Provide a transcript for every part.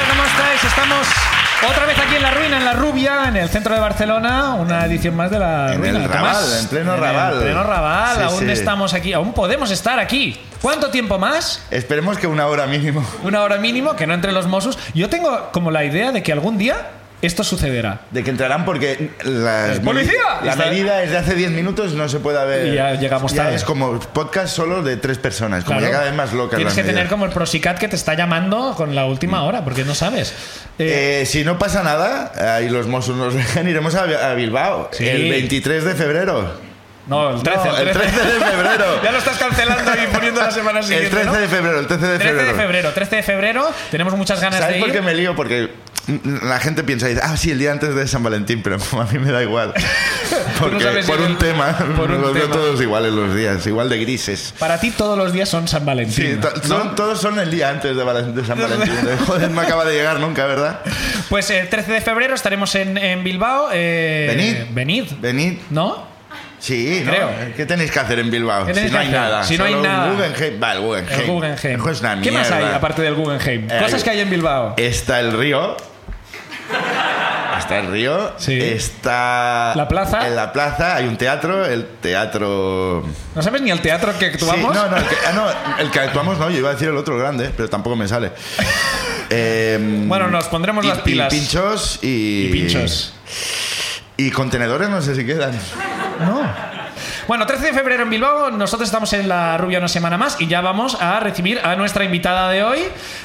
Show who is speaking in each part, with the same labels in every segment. Speaker 1: estáis? Estamos otra vez aquí en La Ruina, en La Rubia, en el centro de Barcelona. Una edición más de La
Speaker 2: En
Speaker 1: Ruina.
Speaker 2: el
Speaker 1: Tomás.
Speaker 2: Raval, en pleno
Speaker 1: el
Speaker 2: Raval.
Speaker 1: pleno Raval.
Speaker 2: Sí,
Speaker 1: aún
Speaker 2: sí.
Speaker 1: estamos aquí, aún podemos estar aquí. ¿Cuánto tiempo más?
Speaker 2: Esperemos que una hora mínimo.
Speaker 1: Una hora mínimo, que no entre los Mossos. Yo tengo como la idea de que algún día esto sucederá.
Speaker 2: De que entrarán porque las
Speaker 1: ¡El policía!
Speaker 2: medi- la
Speaker 1: Está-
Speaker 2: medida es de hace 10 minutos, no se puede haber.
Speaker 1: Y ya llegamos
Speaker 2: Ya
Speaker 1: tarde.
Speaker 2: Es como podcast solo de tres personas, como
Speaker 1: Claro.
Speaker 2: ya cada vez más locas.
Speaker 1: Tienes
Speaker 2: las
Speaker 1: que tener
Speaker 2: medidas.
Speaker 1: como el Prosicat que te está llamando con la última hora, porque no sabes. Eh,
Speaker 2: Eh, si no pasa nada eh, y los Mossos nos dejan, iremos a, a Bilbao
Speaker 1: Sí.
Speaker 2: el 23 de febrero.
Speaker 1: no, el 13.
Speaker 2: No, el 13 de febrero.
Speaker 1: ya lo estás cancelando y poniendo la semana
Speaker 2: el
Speaker 1: siguiente.
Speaker 2: 13
Speaker 1: ¿no?
Speaker 2: de febrero, el 13 de
Speaker 1: 13 de
Speaker 2: febrero.
Speaker 1: febrero, 13 de febrero, tenemos muchas ganas
Speaker 2: ¿Sabes
Speaker 1: de
Speaker 2: por
Speaker 1: ir.
Speaker 2: qué me lío? Porque la gente piensa, dice, ah, sí, el día antes de San Valentín, pero a mí me da igual. Porque
Speaker 1: sabes
Speaker 2: por
Speaker 1: si
Speaker 2: un
Speaker 1: el-
Speaker 2: tema,
Speaker 1: por un
Speaker 2: los veo
Speaker 1: tema.
Speaker 2: todos iguales los días, igual de grises.
Speaker 1: Para ti todos los días son San
Speaker 2: Sí,
Speaker 1: Valentín.
Speaker 2: to- son- todos son el día antes de, Valen- de San Valentín. De- Joder, no acaba de llegar nunca, ¿verdad?
Speaker 1: Pues el 13 de febrero estaremos en, en Bilbao. eh,
Speaker 2: Venid.
Speaker 1: Venid.
Speaker 2: Venid.
Speaker 1: ¿No?
Speaker 2: Sí, ¿no?
Speaker 1: Creo.
Speaker 2: ¿Qué tenéis que hacer en Bilbao?
Speaker 1: ¿Qué
Speaker 2: Si
Speaker 1: tenéis
Speaker 2: no
Speaker 1: que
Speaker 2: hay
Speaker 1: hacer?
Speaker 2: nada.
Speaker 1: Si no hay
Speaker 2: Solo un
Speaker 1: nada.
Speaker 2: Guggenheim. Va, el Guggenheim.
Speaker 1: El Guggenheim.
Speaker 2: Eso es una
Speaker 1: ¿Qué más hay
Speaker 2: mierda.
Speaker 1: aparte del Guggenheim?
Speaker 2: Eh,
Speaker 1: Cosas
Speaker 2: hay-
Speaker 1: que hay en Bilbao.
Speaker 2: Está el río. Está el río.
Speaker 1: Sí.
Speaker 2: Está.
Speaker 1: La plaza.
Speaker 2: En la plaza hay un teatro. El teatro.
Speaker 1: ¿No sabes ni el teatro que
Speaker 2: Sí,
Speaker 1: actuamos?
Speaker 2: no, no, el que, ah, no, el que actuamos no. Yo iba a decir el otro grande, pero tampoco me sale. Em,
Speaker 1: Bueno, nos pondremos
Speaker 2: y-
Speaker 1: las pilas.
Speaker 2: Y pinchos y.
Speaker 1: Y pinchos.
Speaker 2: Y contenedores no sé si quedan.
Speaker 1: No. Bueno, 13 de febrero en Bilbao, nosotros estamos en La Rubia una semana más y ya vamos a recibir a nuestra invitada de hoy.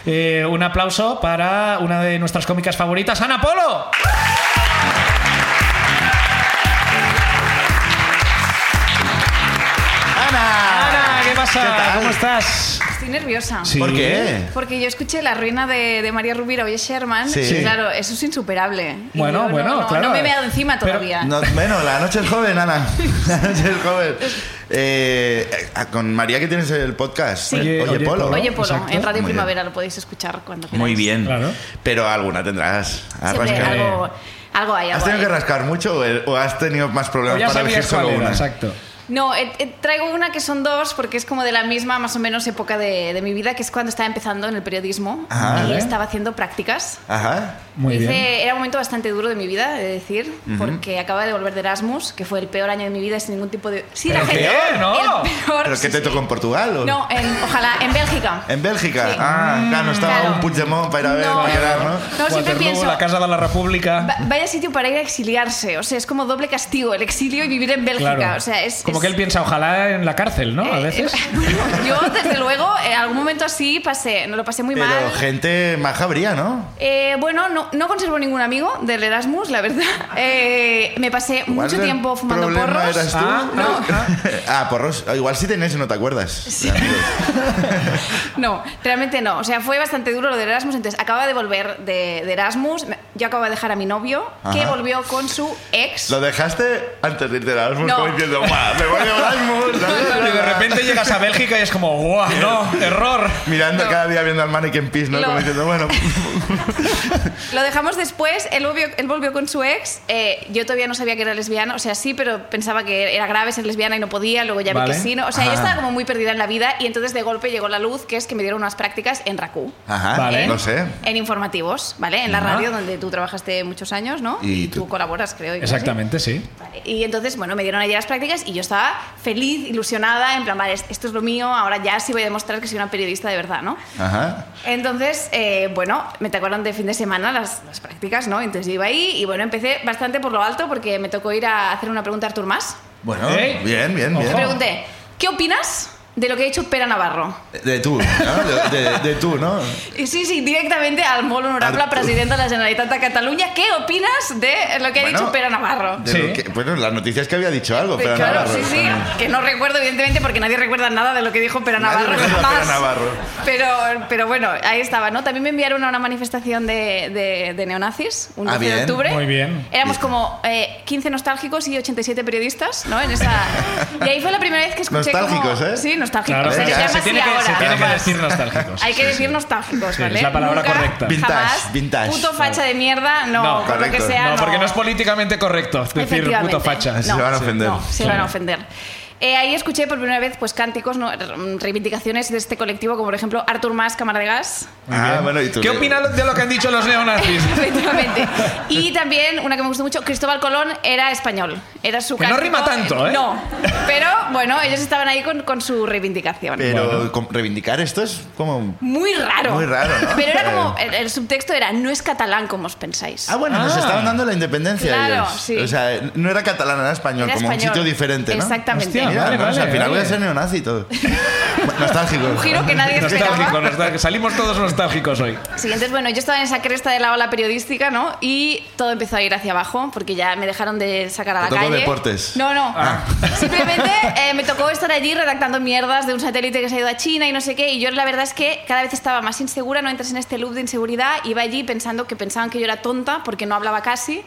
Speaker 1: Eh, un aplauso para una de nuestras cómicas favoritas, Ana Polo.
Speaker 2: ¡Ana!
Speaker 1: Ana, ¿qué pasa?
Speaker 2: ¿Qué tal?
Speaker 1: ¿Cómo estás?
Speaker 3: Estoy nerviosa.
Speaker 1: Sí.
Speaker 2: ¿Por qué?
Speaker 3: Porque yo escuché la ruina de, de María Rubira, oye Sherman,
Speaker 2: Sí.
Speaker 3: y claro, eso es insuperable. Y
Speaker 1: Bueno,
Speaker 3: yo no-
Speaker 1: bueno,
Speaker 3: no,
Speaker 1: claro.
Speaker 3: No me he meado encima
Speaker 1: Pero-
Speaker 3: todavía.
Speaker 2: No, bueno, la noche es joven, Ana. La noche es joven. Eh, eh, con María que tienes el podcast.
Speaker 1: Sí.
Speaker 2: Oye,
Speaker 1: Oye, oye,
Speaker 2: Polo.
Speaker 1: Polo.
Speaker 3: Oye, Polo,
Speaker 1: Exacto.
Speaker 3: en Radio
Speaker 2: Muy
Speaker 3: Primavera lo podéis escuchar cuando queráis.
Speaker 2: Muy bien.
Speaker 1: Claro.
Speaker 2: Pero alguna tendrás. Has,
Speaker 3: Siempre
Speaker 2: rascado.
Speaker 3: algo, algo hay,
Speaker 2: Eh, ¿Has
Speaker 3: algo
Speaker 2: tenido que
Speaker 3: hay.
Speaker 2: rascar mucho o, el- o has tenido más
Speaker 1: O
Speaker 2: problemas
Speaker 1: Pues ya
Speaker 2: para elegir
Speaker 1: sabías
Speaker 2: solo
Speaker 1: cuál era,
Speaker 2: una?
Speaker 1: exacto.
Speaker 3: No, eh, eh, traigo una que son dos porque es como de la misma más o menos época de, de mi vida, que es cuando estaba empezando en el periodismo
Speaker 2: Ah,
Speaker 3: y
Speaker 1: vale.
Speaker 3: estaba haciendo prácticas.
Speaker 2: Ajá.
Speaker 1: Muy
Speaker 3: Hice-
Speaker 1: bien.
Speaker 3: Era un momento bastante duro de mi vida, he de decir, porque acababa de volver de Erasmus, que fue el peor año de mi vida sin ningún tipo de... Sí,
Speaker 1: ¿Pero
Speaker 3: la gente...
Speaker 1: qué? No.
Speaker 3: El peor,
Speaker 2: ¿Pero qué
Speaker 3: sí,
Speaker 2: te
Speaker 3: sí.
Speaker 2: tocó en Portugal? o-
Speaker 3: No, en- ojalá, en Bélgica.
Speaker 2: ¿En Bélgica?
Speaker 3: Sí.
Speaker 2: Ah, claro, no estaba
Speaker 3: Claro.
Speaker 2: un Puigdemont para ir a ver,
Speaker 3: No.
Speaker 2: para quedar, ¿no?
Speaker 3: No, siempre
Speaker 1: Waterloo,
Speaker 3: pienso...
Speaker 1: la Casa de la República.
Speaker 3: va- Vaya sitio para ir a exiliarse, o sea, es como doble castigo, el exilio y vivir en Bélgica,
Speaker 1: Claro.
Speaker 3: o sea, es...
Speaker 1: Como
Speaker 3: es-
Speaker 1: que él piensa, ojalá en la cárcel, ¿no? A
Speaker 3: eh,
Speaker 1: veces.
Speaker 3: eh, bueno, yo, desde luego, en algún momento así pasé, no lo pasé muy
Speaker 2: Pero
Speaker 3: mal.
Speaker 2: gente maja habría, ¿no?
Speaker 3: Eh, bueno, no, no conservo ningún amigo del Erasmus, la verdad. Eh, me pasé
Speaker 2: Igual
Speaker 3: mucho
Speaker 2: el
Speaker 3: tiempo fumando
Speaker 2: problema
Speaker 3: porros.
Speaker 2: eras tú.
Speaker 1: Ah,
Speaker 3: No.
Speaker 2: Ah, porros. Igual sí tenés y no te acuerdas.
Speaker 3: No, realmente no. O sea, fue bastante duro lo de Erasmus. Entonces, acaba de volver de, de Erasmus. Me- Yo acabo de dejar a mi novio, que
Speaker 2: Ajá.
Speaker 3: volvió con su ex.
Speaker 2: Lo dejaste antes de irte al Erasmus,
Speaker 3: No.
Speaker 2: como diciendo, "Buah, me voy a Erasmus. la, la, la,
Speaker 1: Y de
Speaker 2: la".
Speaker 1: repente llegas a Bélgica y es como, ¡guau! ¡No! ¡Error!
Speaker 2: Mirando
Speaker 3: No.
Speaker 2: cada día viendo al Mannequin Peace, ¿no?
Speaker 3: Lo-
Speaker 2: Como diciendo, bueno,
Speaker 3: Lo dejamos después. Él volvió, él volvió con su ex. Eh, yo todavía no sabía que era lesbiana. O sea, sí, pero pensaba que era grave ser lesbiana y no podía. Luego ya
Speaker 1: Vale.
Speaker 3: vi que sí. ¿no? O sea, yo
Speaker 2: Ajá.
Speaker 3: estaba como muy perdida en la vida. Y entonces, de golpe, llegó la luz, que es que me dieron unas prácticas en Rakú. ¿Eh?
Speaker 2: ajá,
Speaker 1: Vale.
Speaker 2: no sé.
Speaker 3: En informativos, ¿vale? En la
Speaker 1: Ajá.
Speaker 3: radio donde tú trabajaste muchos años, ¿no?
Speaker 2: Y
Speaker 3: tú,
Speaker 2: tú-
Speaker 3: colaboras, creo. y cosas así.
Speaker 1: Exactamente, sí.
Speaker 3: Vale, Y entonces, bueno, me dieron allí las prácticas y yo estaba feliz, ilusionada, en plan, vale, esto es lo mío, ahora ya sí voy a demostrar que soy una periodista de verdad, ¿no?
Speaker 2: Ajá.
Speaker 3: Entonces, eh, bueno, me tocaron de fin de semana las, las prácticas, ¿no? Entonces yo iba ahí y bueno, empecé bastante por lo alto porque me tocó ir a hacer una pregunta a Artur Mas.
Speaker 2: Bueno,
Speaker 1: ¿Eh?
Speaker 2: bien, bien,
Speaker 1: Ojo.
Speaker 2: bien.
Speaker 3: Le pregunté, ¿qué opinas de lo que ha hecho Pera Navarro?
Speaker 2: De tú, ¿no? De, de- de tú, ¿no?
Speaker 3: Y sí, sí, directamente al molt honorable
Speaker 2: Artur.
Speaker 3: presidente de la Generalitat de Cataluña, ¿qué opinas de lo que ha
Speaker 2: Bueno,
Speaker 3: dicho Pera Navarro?
Speaker 2: De
Speaker 1: Sí.
Speaker 2: lo que- bueno, las noticias que había dicho algo, pero
Speaker 3: claro,
Speaker 2: Navarro.
Speaker 3: sí, sí, que no recuerdo evidentemente porque nadie recuerda nada de lo que dijo Pera
Speaker 2: Nadie
Speaker 3: Navarro
Speaker 2: recuerda a
Speaker 3: jamás.
Speaker 2: Pera Navarro.
Speaker 3: Pero, pero bueno, ahí estaba, ¿no? También me enviaron a una manifestación de, de- de neonazis, un
Speaker 2: Ah,
Speaker 3: 12 de
Speaker 2: bien.
Speaker 3: octubre.
Speaker 1: Muy bien.
Speaker 3: Éramos como eh, 15 nostálgicos y 87 periodistas, ¿no? En esa... Y ahí fue la primera vez que escuché
Speaker 2: Nostálgicos,
Speaker 3: como...
Speaker 2: ¿eh?
Speaker 3: Sí, nostálgicos.
Speaker 1: Claro,
Speaker 3: O sea,
Speaker 1: se,
Speaker 2: sí,
Speaker 3: se
Speaker 2: sí,
Speaker 3: llama
Speaker 1: se
Speaker 3: así
Speaker 1: tiene que, se
Speaker 3: ahora.
Speaker 1: tiene que
Speaker 2: Además.
Speaker 1: decir nostálgicos.
Speaker 3: Hay que decir nostálgicos,
Speaker 1: Sí,
Speaker 3: ¿vale?
Speaker 1: es la palabra
Speaker 3: Nunca,
Speaker 1: correcta.
Speaker 2: Vintage,
Speaker 3: jamás,
Speaker 2: vintage.
Speaker 3: Puto facha de mierda, no,
Speaker 1: No,
Speaker 3: con lo que
Speaker 2: correcto.
Speaker 3: sea.
Speaker 1: no, porque no es políticamente correcto decir
Speaker 3: Efectivamente.
Speaker 1: puto facha.
Speaker 2: Se van a ofender.
Speaker 3: No, se van a ofender. Eh, ahí escuché por primera vez pues cánticos, ¿no? mm, reivindicaciones de este colectivo, como por ejemplo Artur Mas, Cámara de Gas.
Speaker 1: Muy bien.
Speaker 2: Ah, bueno, ¿y tú
Speaker 1: ¿Qué
Speaker 2: qué?
Speaker 1: opinas de lo que han dicho los
Speaker 2: Ah,
Speaker 1: neonazis?
Speaker 3: Efectivamente. Y también, una que me gustó mucho, Cristóbal Colón era español. Era su
Speaker 1: Que no
Speaker 3: cántico-
Speaker 1: rima tanto, ¿eh?
Speaker 3: No. Pero bueno, ellos estaban ahí con, con su reivindicación.
Speaker 2: Pero
Speaker 1: Bueno.
Speaker 2: com- reivindicar esto es como...
Speaker 3: Muy raro.
Speaker 2: Muy raro, ¿no? Eh.
Speaker 3: Pero era como. El, el subtexto era: no es catalán como os pensáis.
Speaker 2: Ah, bueno, nos
Speaker 1: Ah.
Speaker 2: estaban dando la independencia
Speaker 3: Claro,
Speaker 2: ellos.
Speaker 3: sí.
Speaker 2: O sea, no era catalán, era español,
Speaker 3: Era
Speaker 2: como
Speaker 3: español.
Speaker 2: un sitio diferente, ¿no?
Speaker 3: Exactamente.
Speaker 1: Hostia,
Speaker 2: Mira,
Speaker 1: Ah, Vale,
Speaker 2: ¿no? O sea,
Speaker 1: vale,
Speaker 2: al final voy a
Speaker 1: vale.
Speaker 2: ser neonazi y todo. Nostálgico.
Speaker 3: Un giro que nadie
Speaker 1: Nostálgico,
Speaker 3: esperaba.
Speaker 1: nostálgico. Salimos todos nostálgicos hoy.
Speaker 3: Sí, entonces, bueno, yo estaba en esa cresta de la ola periodística, ¿no? Y todo empezó a ir hacia abajo porque ya me dejaron de sacar a la
Speaker 2: Te tocó
Speaker 3: calle.
Speaker 2: deportes.
Speaker 3: No, no. Simplemente eh, me tocó estar allí redactando mierdas de un satélite que se ha ido a China y no sé qué. Y yo la verdad es que cada vez estaba más insegura, no entras en este loop de inseguridad. Iba allí pensando que pensaban que yo era tonta porque no hablaba casi.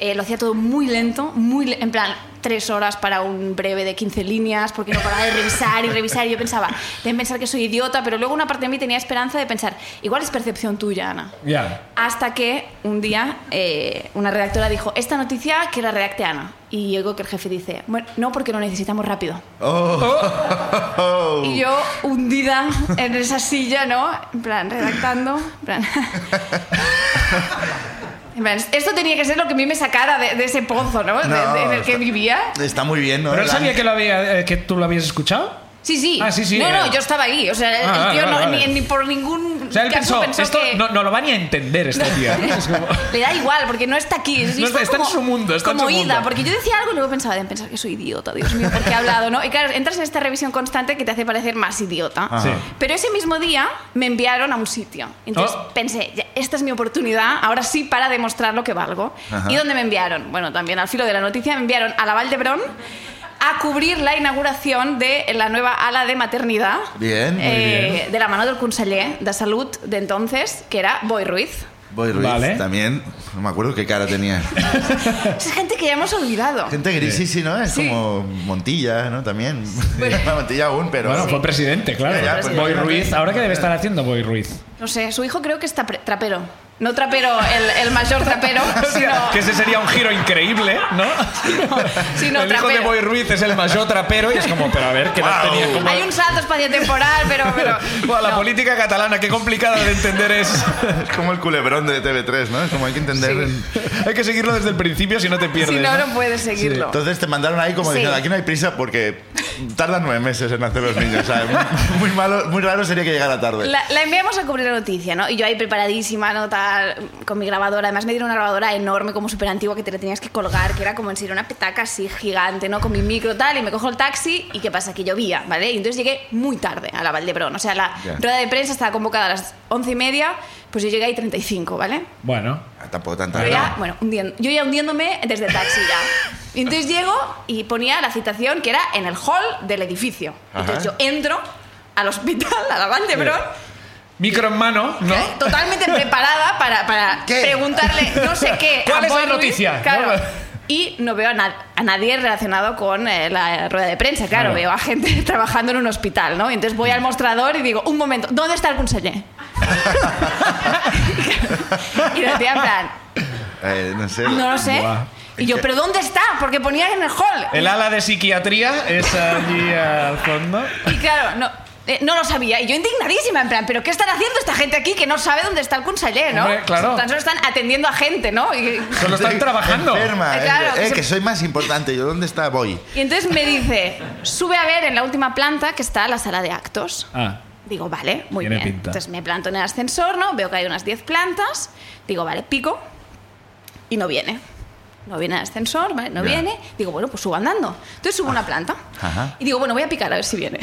Speaker 3: Eh, lo hacía todo muy lento, muy le- en plan tres horas para un breve de 15 líneas porque no paraba de revisar y revisar y yo pensaba, deben pensar que soy idiota, pero luego una parte de mí tenía esperanza de pensar, igual es percepción tuya, Ana.
Speaker 1: Ya.
Speaker 3: Hasta que un día eh, una redactora dijo, esta noticia que la redacte Ana. Y oigo que el jefe dice, bueno, no porque lo necesitamos rápido. Y yo hundida en esa silla, ¿no? En plan, redactando. En plan. En plan, Esto tenía que ser lo que a mí me sacara de, de ese pozo, ¿no? De-
Speaker 2: No,
Speaker 3: de- en el que
Speaker 2: está-
Speaker 3: vivía.
Speaker 2: Está muy bien, ¿no?
Speaker 1: ¿Pero él
Speaker 2: El
Speaker 1: sabía
Speaker 2: ángel.
Speaker 1: que, lo había, eh, que tú lo habías escuchado?
Speaker 3: Sí, sí.
Speaker 1: Ah, sí, sí,
Speaker 3: No,
Speaker 1: eh.
Speaker 3: no, yo estaba ahí. O sea, el-
Speaker 1: Ah,
Speaker 3: el tío
Speaker 1: vale,
Speaker 3: no-
Speaker 1: vale.
Speaker 3: Ni, ni por ningún
Speaker 1: O sea, él
Speaker 3: caso
Speaker 1: pensó, esto
Speaker 3: que...
Speaker 1: no, no lo va ni a entender esta tía. Es como-
Speaker 3: Le da igual, porque no está aquí.
Speaker 1: No está- está en su mundo, está en
Speaker 3: como
Speaker 1: su
Speaker 3: ida,
Speaker 1: mundo.
Speaker 3: porque yo decía algo y luego pensaba, deben pensar que soy idiota, Dios mío, porque he hablado, ¿no? Y claro, entras en esta revisión constante que te hace parecer más idiota.
Speaker 2: Ajá.
Speaker 1: Sí.
Speaker 3: Pero ese mismo día me enviaron a un sitio. Entonces
Speaker 1: Oh.
Speaker 3: pensé, "Ya, esta es mi oportunidad, ahora sí para demostrar lo que valgo.
Speaker 2: Ajá.
Speaker 3: ¿Y dónde me enviaron? Bueno, también al filo de la noticia me enviaron a la Valdebrón a cubrir la inauguración de la nueva ala de maternidad.
Speaker 2: Bien, muy
Speaker 3: eh,
Speaker 2: bien.
Speaker 3: De la mano del conseller de salud de entonces, que era Boy Ruiz.
Speaker 2: Boy Ruiz
Speaker 1: Vale.
Speaker 2: también. No me acuerdo qué cara tenía.
Speaker 3: Es gente que ya hemos olvidado.
Speaker 2: Gente gris, sí, sí, ¿no? Es
Speaker 3: Sí.
Speaker 2: como Montilla, ¿no? También. Montilla aún, pero...
Speaker 1: Bueno, fue presidente, claro.
Speaker 2: Ya, ya, pues,
Speaker 1: Boy
Speaker 2: ya, ya.
Speaker 1: Ruiz, ¿ahora qué debe estar haciendo Boy Ruiz?
Speaker 3: No sé, su hijo creo que está pre- trapero. No trapero, el, el mayor trapero, sino,
Speaker 1: Que ese sería un giro increíble, ¿no?
Speaker 3: sino
Speaker 1: el hijo de
Speaker 3: trapero.
Speaker 1: Boy Ruiz es el mayor trapero y es como, pero a ver, que no
Speaker 2: Wow.
Speaker 1: tenía como...
Speaker 3: Hay un salto espaciotemporal, pero... pero
Speaker 1: Buah, la
Speaker 3: no.
Speaker 1: política catalana, qué complicada de entender es.
Speaker 2: Es como el culebrón de TV3, ¿no? Es como hay que entender...
Speaker 3: Sí.
Speaker 1: Hay que seguirlo desde el principio si no te pierdes.
Speaker 3: Si no, no puedes seguirlo.
Speaker 2: Entonces te mandaron ahí como
Speaker 3: Sí.
Speaker 2: diciendo, aquí no hay prisa porque tardan nueve meses en nacer los niños. O sea, muy, malo, muy raro sería que llegara tarde.
Speaker 3: La, la enviamos a cubrir la noticia, ¿no? Y yo ahí preparadísima, ¿no? Tal, con mi grabadora. Además me dieron una grabadora enorme, como súper antigua, que te la tenías que colgar, que era como en serio una petaca así gigante, ¿no? Con mi micro tal, y me cojo el taxi y ¿qué pasa? Que llovía, ¿vale? Y entonces llegué muy tarde a la Valdebrón. O sea, la
Speaker 2: Ya.
Speaker 3: rueda de prensa estaba convocada a las once y media, pues yo llegué ahí 35, ¿vale?
Speaker 1: Bueno,
Speaker 2: Ah, Tampoco tanta.
Speaker 3: Pero ya,
Speaker 2: ¿no?
Speaker 3: bueno, hundiendo- yo ya hundiéndome desde el taxi ya. Y entonces llego y ponía la citación que era en el hall del edificio. Entonces yo
Speaker 2: Ajá.
Speaker 3: entro al hospital, a la Valdebrón,
Speaker 1: micro en mano, ¿no?
Speaker 3: ¿eh? totalmente preparada para, para
Speaker 2: ¿Qué?
Speaker 3: preguntarle no sé qué.
Speaker 1: ¿Cuál
Speaker 3: a
Speaker 1: es la
Speaker 3: Boy Ruiz,
Speaker 1: noticia?
Speaker 3: claro.
Speaker 1: ¿No?
Speaker 3: Y no veo a, na- a nadie relacionado con eh, la rueda de prensa, claro,
Speaker 1: Claro.
Speaker 3: Veo a gente trabajando en un hospital, ¿no? Y entonces voy al mostrador y digo, un momento, ¿dónde está el conseller? y la tía en plan,
Speaker 2: Eh, no sé.
Speaker 3: no lo sé.
Speaker 1: Buah.
Speaker 3: Y yo, ¿pero dónde está? Porque ponía en el hall.
Speaker 1: El ala de psiquiatría es allí al fondo.
Speaker 3: Y claro, no, eh, no lo sabía. Y yo indignadísima, en plan, ¿pero qué están haciendo esta gente aquí que no sabe dónde está el conseller, no?
Speaker 1: Hombre, claro.
Speaker 3: Tan solo están atendiendo a gente, ¿no? Y,
Speaker 1: Solo están trabajando.
Speaker 2: Enferma.
Speaker 3: Eh, claro,
Speaker 2: eh,
Speaker 3: que
Speaker 2: eh,
Speaker 3: se-
Speaker 2: que soy más importante. Yo, ¿dónde está? Voy.
Speaker 3: y entonces me dice, sube a ver en la última planta que está la sala de actos.
Speaker 1: Ah,
Speaker 3: Digo, vale, muy
Speaker 1: Tiene
Speaker 3: bien.
Speaker 1: pinta.
Speaker 3: Entonces me planto en el ascensor, ¿no? Veo que hay unas 10 plantas. Digo, vale, pico. Y no viene. No viene el ascensor, ¿vale? No
Speaker 2: Ya.
Speaker 3: viene. Digo, bueno, pues subo andando. Entonces subo una planta.
Speaker 2: Ajá.
Speaker 3: Y digo, bueno, voy a picar a ver si viene.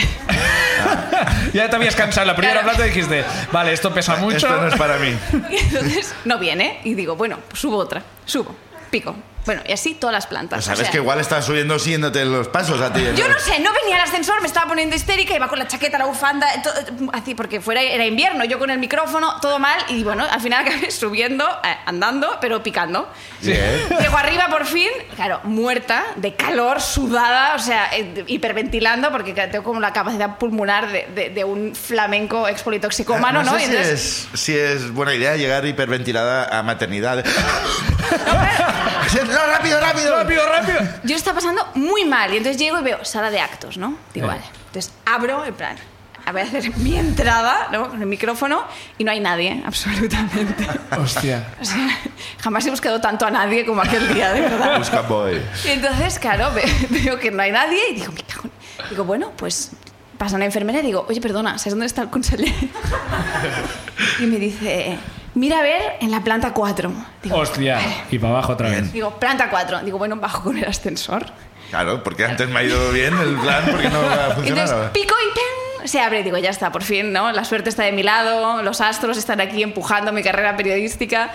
Speaker 1: ya te habías cansado. La primera
Speaker 3: Claro.
Speaker 1: plata dijiste, vale, esto pesa mucho.
Speaker 2: Esto no es para mí.
Speaker 3: Y entonces no viene. Y digo, bueno, pues subo otra. Subo, pico. Bueno, y así todas las plantas.
Speaker 2: Pues
Speaker 3: O
Speaker 2: sabes
Speaker 3: sea,
Speaker 2: que igual estás subiendo siguiéndote los pasos a ti.
Speaker 3: Yo no sé, no venía al ascensor, me estaba poniendo histérica, iba con la chaqueta, la bufanda, eh, to- así, porque fuera era invierno, yo con el micrófono, todo mal, y bueno, al final acabé subiendo, eh, andando, pero picando.
Speaker 2: Bien.
Speaker 3: Llego arriba por fin, claro, muerta, de calor, sudada, o sea, eh, hiperventilando, porque tengo como la capacidad pulmonar de, de- de un flamenco expolitoxicómano, ¿no?
Speaker 2: Ah, no
Speaker 3: Y
Speaker 2: sé si,
Speaker 3: entonces-
Speaker 2: es, si es buena idea llegar hiperventilada a maternidad. No, rápido, rápido.
Speaker 1: Rápido, rápido.
Speaker 3: Yo lo estaba pasando muy mal y entonces llego y veo sala de actos, ¿no? Digo,
Speaker 1: Eh.
Speaker 3: vale. Entonces abro, en plan, a ver, hacer mi entrada, ¿no? Con el micrófono y no hay nadie, absolutamente.
Speaker 1: Hostia.
Speaker 3: O sea, jamás he buscado tanto a nadie como aquel día, de verdad.
Speaker 1: Pues
Speaker 2: Busca boy.
Speaker 3: Y entonces, claro, ve- veo que no hay nadie y digo, me cago en-". Digo, bueno, pues pasa una enfermera y digo, oye, perdona, ¿sabes dónde está el conseller? Y me dice, mira a ver en la planta 4. Digo,
Speaker 1: Hostia. Y para abajo otra vez.
Speaker 3: digo, planta 4. Digo, bueno, bajo con el ascensor.
Speaker 2: Claro, porque antes me ha ido bien el plan, porque no va a funcionar
Speaker 3: Entonces
Speaker 2: ahora.
Speaker 3: pico y ¡pam! se abre. Digo, ya está, por fin, ¿no? La suerte está de mi lado, los astros están aquí empujando mi carrera periodística.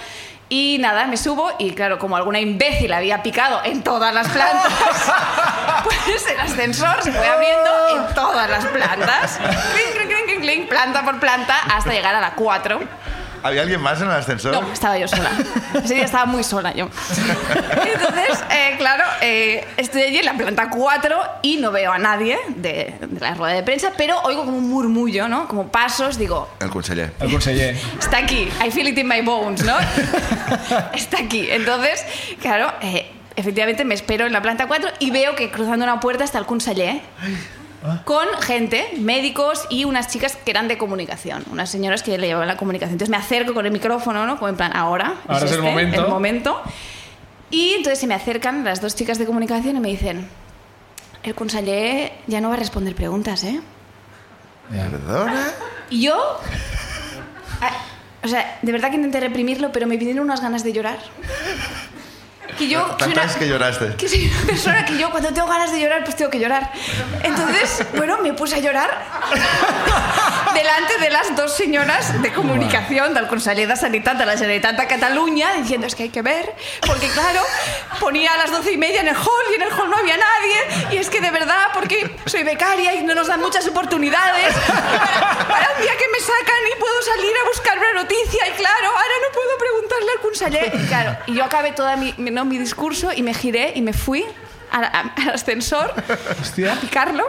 Speaker 3: Y nada, me subo y claro, como alguna imbécil había picado en todas las plantas, pues el ascensor se fue abriendo en todas las plantas, clink, clink, clink, clink, clink, planta por planta, hasta llegar a la 4.
Speaker 2: ¿Había alguien más en el ascensor?
Speaker 3: No, estaba yo sola. Ese día estaba muy sola yo. Entonces, eh, claro, eh, estoy allí en la planta 4 y no veo a nadie de, de la rueda de prensa, pero oigo como un murmullo, ¿no? Como pasos, digo,
Speaker 2: El conseller.
Speaker 1: El conseller.
Speaker 3: está aquí, I feel it in my bones, ¿no? está aquí. Entonces, claro, eh, efectivamente me espero en la planta 4 y veo que cruzando una puerta está el conseller
Speaker 1: ah.
Speaker 3: con gente, médicos y unas chicas que eran de comunicación, unas señoras que le llevaban la comunicación. Entonces me acerco con el micrófono, ¿no? Como en plan, ahora,
Speaker 1: Ahora es el
Speaker 3: este
Speaker 1: momento.
Speaker 3: el momento. Y entonces se me acercan las dos chicas de comunicación y me dicen, el conseller ya no va a responder preguntas, ¿eh?
Speaker 2: ¿Perdona?
Speaker 3: Y yo. ah, O sea, de verdad que intenté reprimirlo, pero me vinieron unas ganas de llorar. Que yo. soy una-
Speaker 2: Tantas que lloraste.
Speaker 3: que soy una persona que yo cuando tengo ganas de llorar, pues tengo que llorar. Entonces, bueno, me puse a llorar delante de las dos señoras de comunicación del Conseller de Sanitat de la Generalitat de Cataluña, diciendo es que hay que ver, porque claro, ponía a las doce y media en el hall y en el hall no había nadie, y es que de verdad, porque soy becaria y no nos dan muchas oportunidades, y para, para un día que me sacan y puedo salir a buscar una noticia, y claro, ahora no puedo preguntarle al conseller. Y claro, y yo acabé todo mi, mi- ¿no? mi discurso y me giré y me fui a- a- al ascensor
Speaker 1: Hostia.
Speaker 3: a picarlo.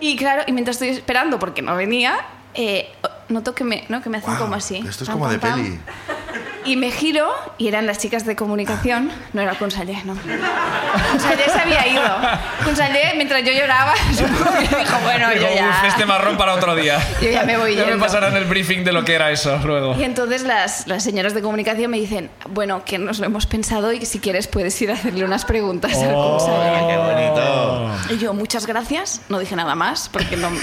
Speaker 3: Y claro, y mientras estoy esperando porque no venía, eh, noto que me, ¿no? que me hacen
Speaker 2: Guau,
Speaker 3: como así.
Speaker 2: Ah, Esto es
Speaker 3: pam,
Speaker 2: como
Speaker 3: pam,
Speaker 2: de
Speaker 3: pam.
Speaker 2: peli.
Speaker 3: Y me giro y eran las chicas de comunicación, no era el conseller, no. Conseller se había ido. Conseller, mientras yo lloraba, supongo que dijo, bueno,
Speaker 1: Digo,
Speaker 3: yo ya,
Speaker 1: "Uf, este marrón para otro día.
Speaker 3: yo ya me voy
Speaker 1: Ya me
Speaker 3: yendo.
Speaker 1: pasarán el briefing de lo que era eso luego.
Speaker 3: Y entonces las, las señoras de comunicación me dicen, bueno, que nos lo hemos pensado y que si quieres puedes ir a hacerle unas preguntas al
Speaker 1: Oh.
Speaker 3: conseller.
Speaker 2: qué bonito.
Speaker 3: Y yo, muchas gracias, no dije nada más porque no, no,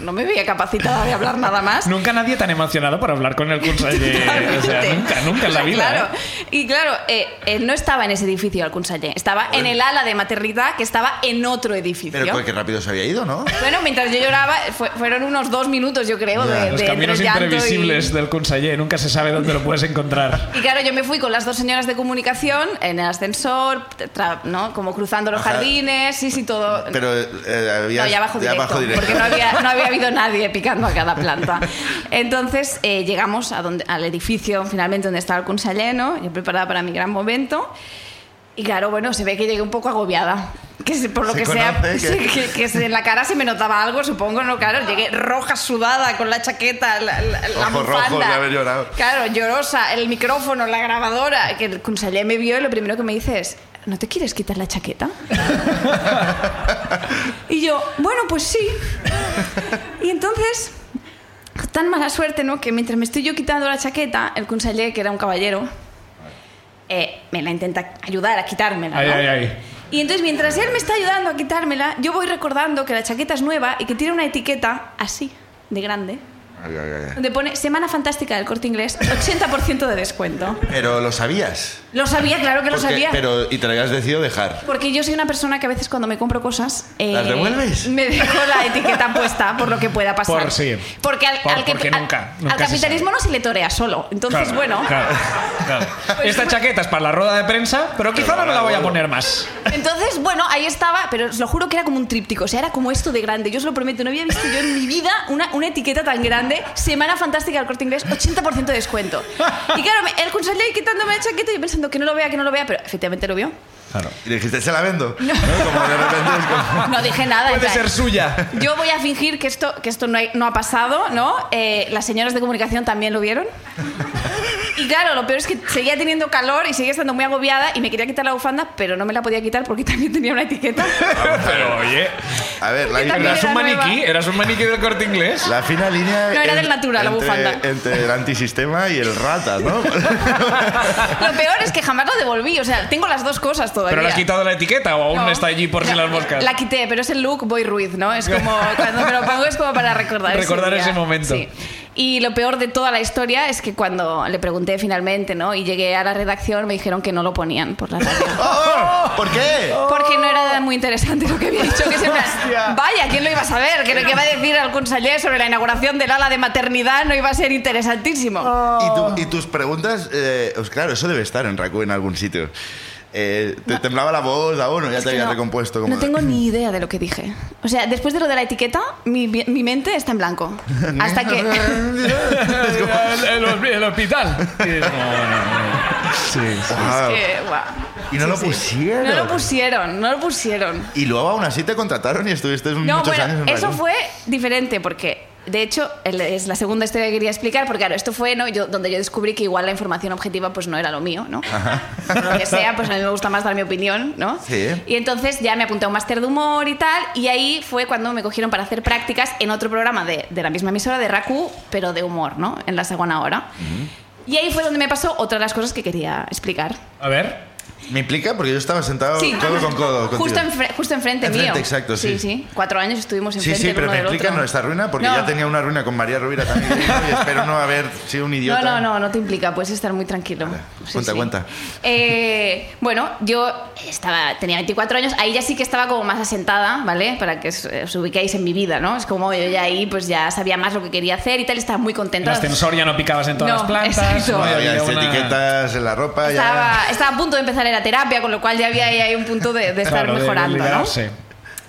Speaker 3: no me veía capacitada de hablar nada más.
Speaker 1: Nunca nadie tan emocionado por hablar con el conseller. eh, o sea,
Speaker 3: Totalmente.
Speaker 1: nunca, nunca en
Speaker 3: O
Speaker 1: la
Speaker 3: sea,
Speaker 1: vida.
Speaker 3: Claro.
Speaker 1: ¿eh?
Speaker 3: Y claro, eh, él no estaba en ese edificio, el conseller. Estaba en el ala de maternidad que estaba en otro edificio.
Speaker 2: Pero qué rápido se había ido, ¿no?
Speaker 3: Bueno, mientras yo lloraba, fue- fueron unos dos minutos, yo creo,
Speaker 2: Ya,
Speaker 3: de,
Speaker 1: Los
Speaker 3: de-
Speaker 1: caminos
Speaker 3: entre llanto y-
Speaker 1: imprevisibles del conseller. Nunca se sabe dónde lo puedes encontrar.
Speaker 3: Y claro, yo me fui con las dos señoras de comunicación en el ascensor, tra- ¿no? Como cruzando los
Speaker 2: Ajá.
Speaker 3: jardines, sí, sí, todo.
Speaker 2: Pero eh, había.
Speaker 3: No, ya abajo
Speaker 2: ya
Speaker 3: directo,
Speaker 2: abajo directo.
Speaker 3: porque no había, no había habido nadie picando a cada planta. Entonces eh, llegamos a donde, al edificio finalmente donde estaba el conseller, ¿no? yo preparada para mi gran momento. Y claro, bueno, se ve que llegué un poco agobiada. Que se- por lo
Speaker 2: Se
Speaker 3: que
Speaker 2: conoce
Speaker 3: sea,
Speaker 2: que-
Speaker 3: se- que, que se- en la cara se me notaba algo, supongo, ¿no? Claro, llegué roja, sudada, con la chaqueta, la, la, la
Speaker 2: Ojos
Speaker 3: bufanda.
Speaker 2: rojos de haber llorado.
Speaker 3: Claro, llorosa, el micrófono, la grabadora. Que el conseller me vio y lo primero que me dice es, ¿no te quieres quitar la chaqueta? Y yo, bueno, pues sí. Y entonces, tan mala suerte, ¿no? Que mientras me estoy yo quitando la chaqueta, el conseller, que era un caballero, eh, me la intenta ayudar a quitármela.
Speaker 1: Ay,
Speaker 3: ¿no?
Speaker 1: ay, ay.
Speaker 3: Y entonces, mientras él me está ayudando a quitármela, yo voy recordando que la chaqueta es nueva y que tiene una etiqueta así, de grande,
Speaker 2: Ay, ay, ay.
Speaker 3: donde pone Semana Fantástica del Corte Inglés, 80% de descuento.
Speaker 2: Pero lo sabías.
Speaker 3: Lo sabía, claro que lo
Speaker 2: Porque-
Speaker 3: sabía.
Speaker 2: Pero, y te lo habías decidido dejar.
Speaker 3: Porque yo soy una persona que a veces cuando me compro cosas... eh,
Speaker 2: ¿Las devuelves?
Speaker 3: Me dejo la etiqueta puesta por lo que pueda pasar.
Speaker 1: Por sí.
Speaker 3: Porque al,
Speaker 1: Por-
Speaker 3: al que-
Speaker 1: porque
Speaker 3: al-
Speaker 1: nunca,
Speaker 3: al
Speaker 1: nunca se
Speaker 3: capitalismo no se le torea solo. Entonces,
Speaker 1: Claro,
Speaker 3: bueno,
Speaker 1: claro, claro.
Speaker 3: Pues-
Speaker 1: Esta chaqueta es para la rueda de prensa, pero quizá
Speaker 2: Pero
Speaker 1: no me la
Speaker 2: ahora
Speaker 1: voy a
Speaker 2: vuelvo.
Speaker 1: poner más.
Speaker 3: entonces, bueno, ahí estaba, pero os lo juro que era como un tríptico, o sea, era como esto de grande. Yo os lo prometo, no había visto yo en mi vida una, una etiqueta tan grande. Semana fantástica del corte inglés, 80% de descuento. Y claro, me- el conseller quitándome la chaqueta y yo pensando que no lo vea, que no lo vea, pero efectivamente lo vio.
Speaker 1: Claro.
Speaker 2: Y le dijiste, se la vendo. ¿no? Como de repente es como-
Speaker 3: No dije nada. en
Speaker 4: Puede
Speaker 3: plan,
Speaker 4: ser suya.
Speaker 3: Yo voy a fingir que esto, que esto no, hay- no ha pasado, ¿no? Eh, las señoras de comunicación también lo vieron. Y claro, lo peor es que seguía teniendo calor y seguía estando muy agobiada y me quería quitar la bufanda, pero no me la podía quitar porque también tenía una etiqueta.
Speaker 4: Pero oye,
Speaker 2: A ver, la,
Speaker 3: Yo también
Speaker 4: eras
Speaker 3: era
Speaker 4: un maniquí,
Speaker 3: nueva.
Speaker 4: eras un maniquí del corte inglés.
Speaker 2: la fina línea.
Speaker 3: No, era
Speaker 2: en-
Speaker 3: del Natura, la
Speaker 2: entre-
Speaker 3: bufanda.
Speaker 2: Entre el antisistema y el rata, ¿no?
Speaker 3: Lo peor es que jamás lo devolví, o sea, tengo las dos cosas todavía.
Speaker 4: ¿Pero le has quitado la etiqueta o aún
Speaker 3: No.
Speaker 4: está allí por si
Speaker 3: No,
Speaker 4: las moscas?
Speaker 3: La quité, pero es el look Boy Ruiz, ¿no? Es como, cuando me lo pongo es como para recordar ese
Speaker 4: Recordar
Speaker 3: día.
Speaker 4: ese momento.
Speaker 3: Sí. Y lo peor de toda la historia es que cuando le pregunté finalmente, ¿no? Y llegué a la redacción, me dijeron que no lo ponían por la radio.
Speaker 2: ¡Oh! ¿Por qué?
Speaker 3: Porque no era muy interesante lo que había dicho. Que se vaya, ¿quién lo iba a saber? Que lo que iba a decir al conseller sobre la inauguración del ala de maternidad no iba a ser interesantísimo.
Speaker 2: ¿Y, tu- y tus preguntas, eh, pues claro, eso debe estar en Raku en algún sitio. Eh, te temblaba la voz aún o ya
Speaker 3: Es
Speaker 2: te
Speaker 3: que
Speaker 2: habías
Speaker 3: no-
Speaker 2: recompuesto. Como
Speaker 3: no tengo ni idea de lo que dije. O sea, después de lo de la etiqueta, mi, mi mente está en blanco. Hasta que...
Speaker 4: El, el- el hospital. Y es como, bueno, bueno.
Speaker 2: Ah,
Speaker 3: Es que, guau.
Speaker 2: Y no lo pusieron.
Speaker 3: No lo pusieron, no lo pusieron.
Speaker 2: Y luego aún así te contrataron y estuviste
Speaker 3: No,
Speaker 2: Mm, muchos años
Speaker 3: bueno,
Speaker 2: en
Speaker 3: eso
Speaker 2: Raku.
Speaker 3: fue diferente porque, de hecho, el- es la segunda historia que quería explicar porque, claro, esto fue ¿no? yo, donde yo descubrí que igual la información objetiva pues no era lo mío, ¿no? Lo que sea, pues a mí me gusta más dar mi opinión, ¿no?
Speaker 2: Sí.
Speaker 3: Y entonces ya me apunté a un máster de humor y tal y ahí fue cuando me cogieron para hacer prácticas en otro programa de, de la misma emisora, de Raku, pero de humor, ¿no? En la segunda hora. Y ahí fue donde me pasó otra de las cosas que quería explicar.
Speaker 1: A ver.
Speaker 2: Me implica porque yo estaba sentado
Speaker 3: Sí.
Speaker 2: codo Oh, con codo. contigo.
Speaker 3: Justo, enfre- justo enfrente
Speaker 2: Enfrente,
Speaker 3: mío.
Speaker 2: exacto, sí.
Speaker 3: Sí, Cuatro años estuvimos
Speaker 2: Sí,
Speaker 3: enfrente
Speaker 2: sí, pero
Speaker 3: el uno
Speaker 2: me
Speaker 3: del
Speaker 2: implica
Speaker 3: otro.
Speaker 2: nuestra ruina porque
Speaker 3: No.
Speaker 2: ya tenía una ruina con María Rovira también. y espero no haber sido un idiota.
Speaker 3: No, no, no, no te implica, puedes estar muy tranquilo. Sí,
Speaker 2: cuenta,
Speaker 3: sí.
Speaker 2: cuenta.
Speaker 3: Eh, bueno, yo estaba, tenía 24 años, ahí ya sí que estaba como más asentada, ¿vale? Para que os, eh, os ubiquéis en mi vida, ¿no? Es como yo ya ahí pues ya sabía más lo que quería hacer y tal, estaba muy
Speaker 1: En
Speaker 3: contenta.
Speaker 1: ascensor ya no picabas en todas
Speaker 3: No,
Speaker 1: las plantas.
Speaker 3: exacto.
Speaker 1: no
Speaker 2: Ah,
Speaker 1: había
Speaker 2: ya,
Speaker 1: una-
Speaker 2: etiquetas en la ropa. ya.
Speaker 3: Estaba, estaba a punto de empezar en la terapia, con lo cual ya había ahí- ahí un punto de, de estar
Speaker 1: Claro, de- de
Speaker 3: mejorando, ¿no?
Speaker 1: liberarse.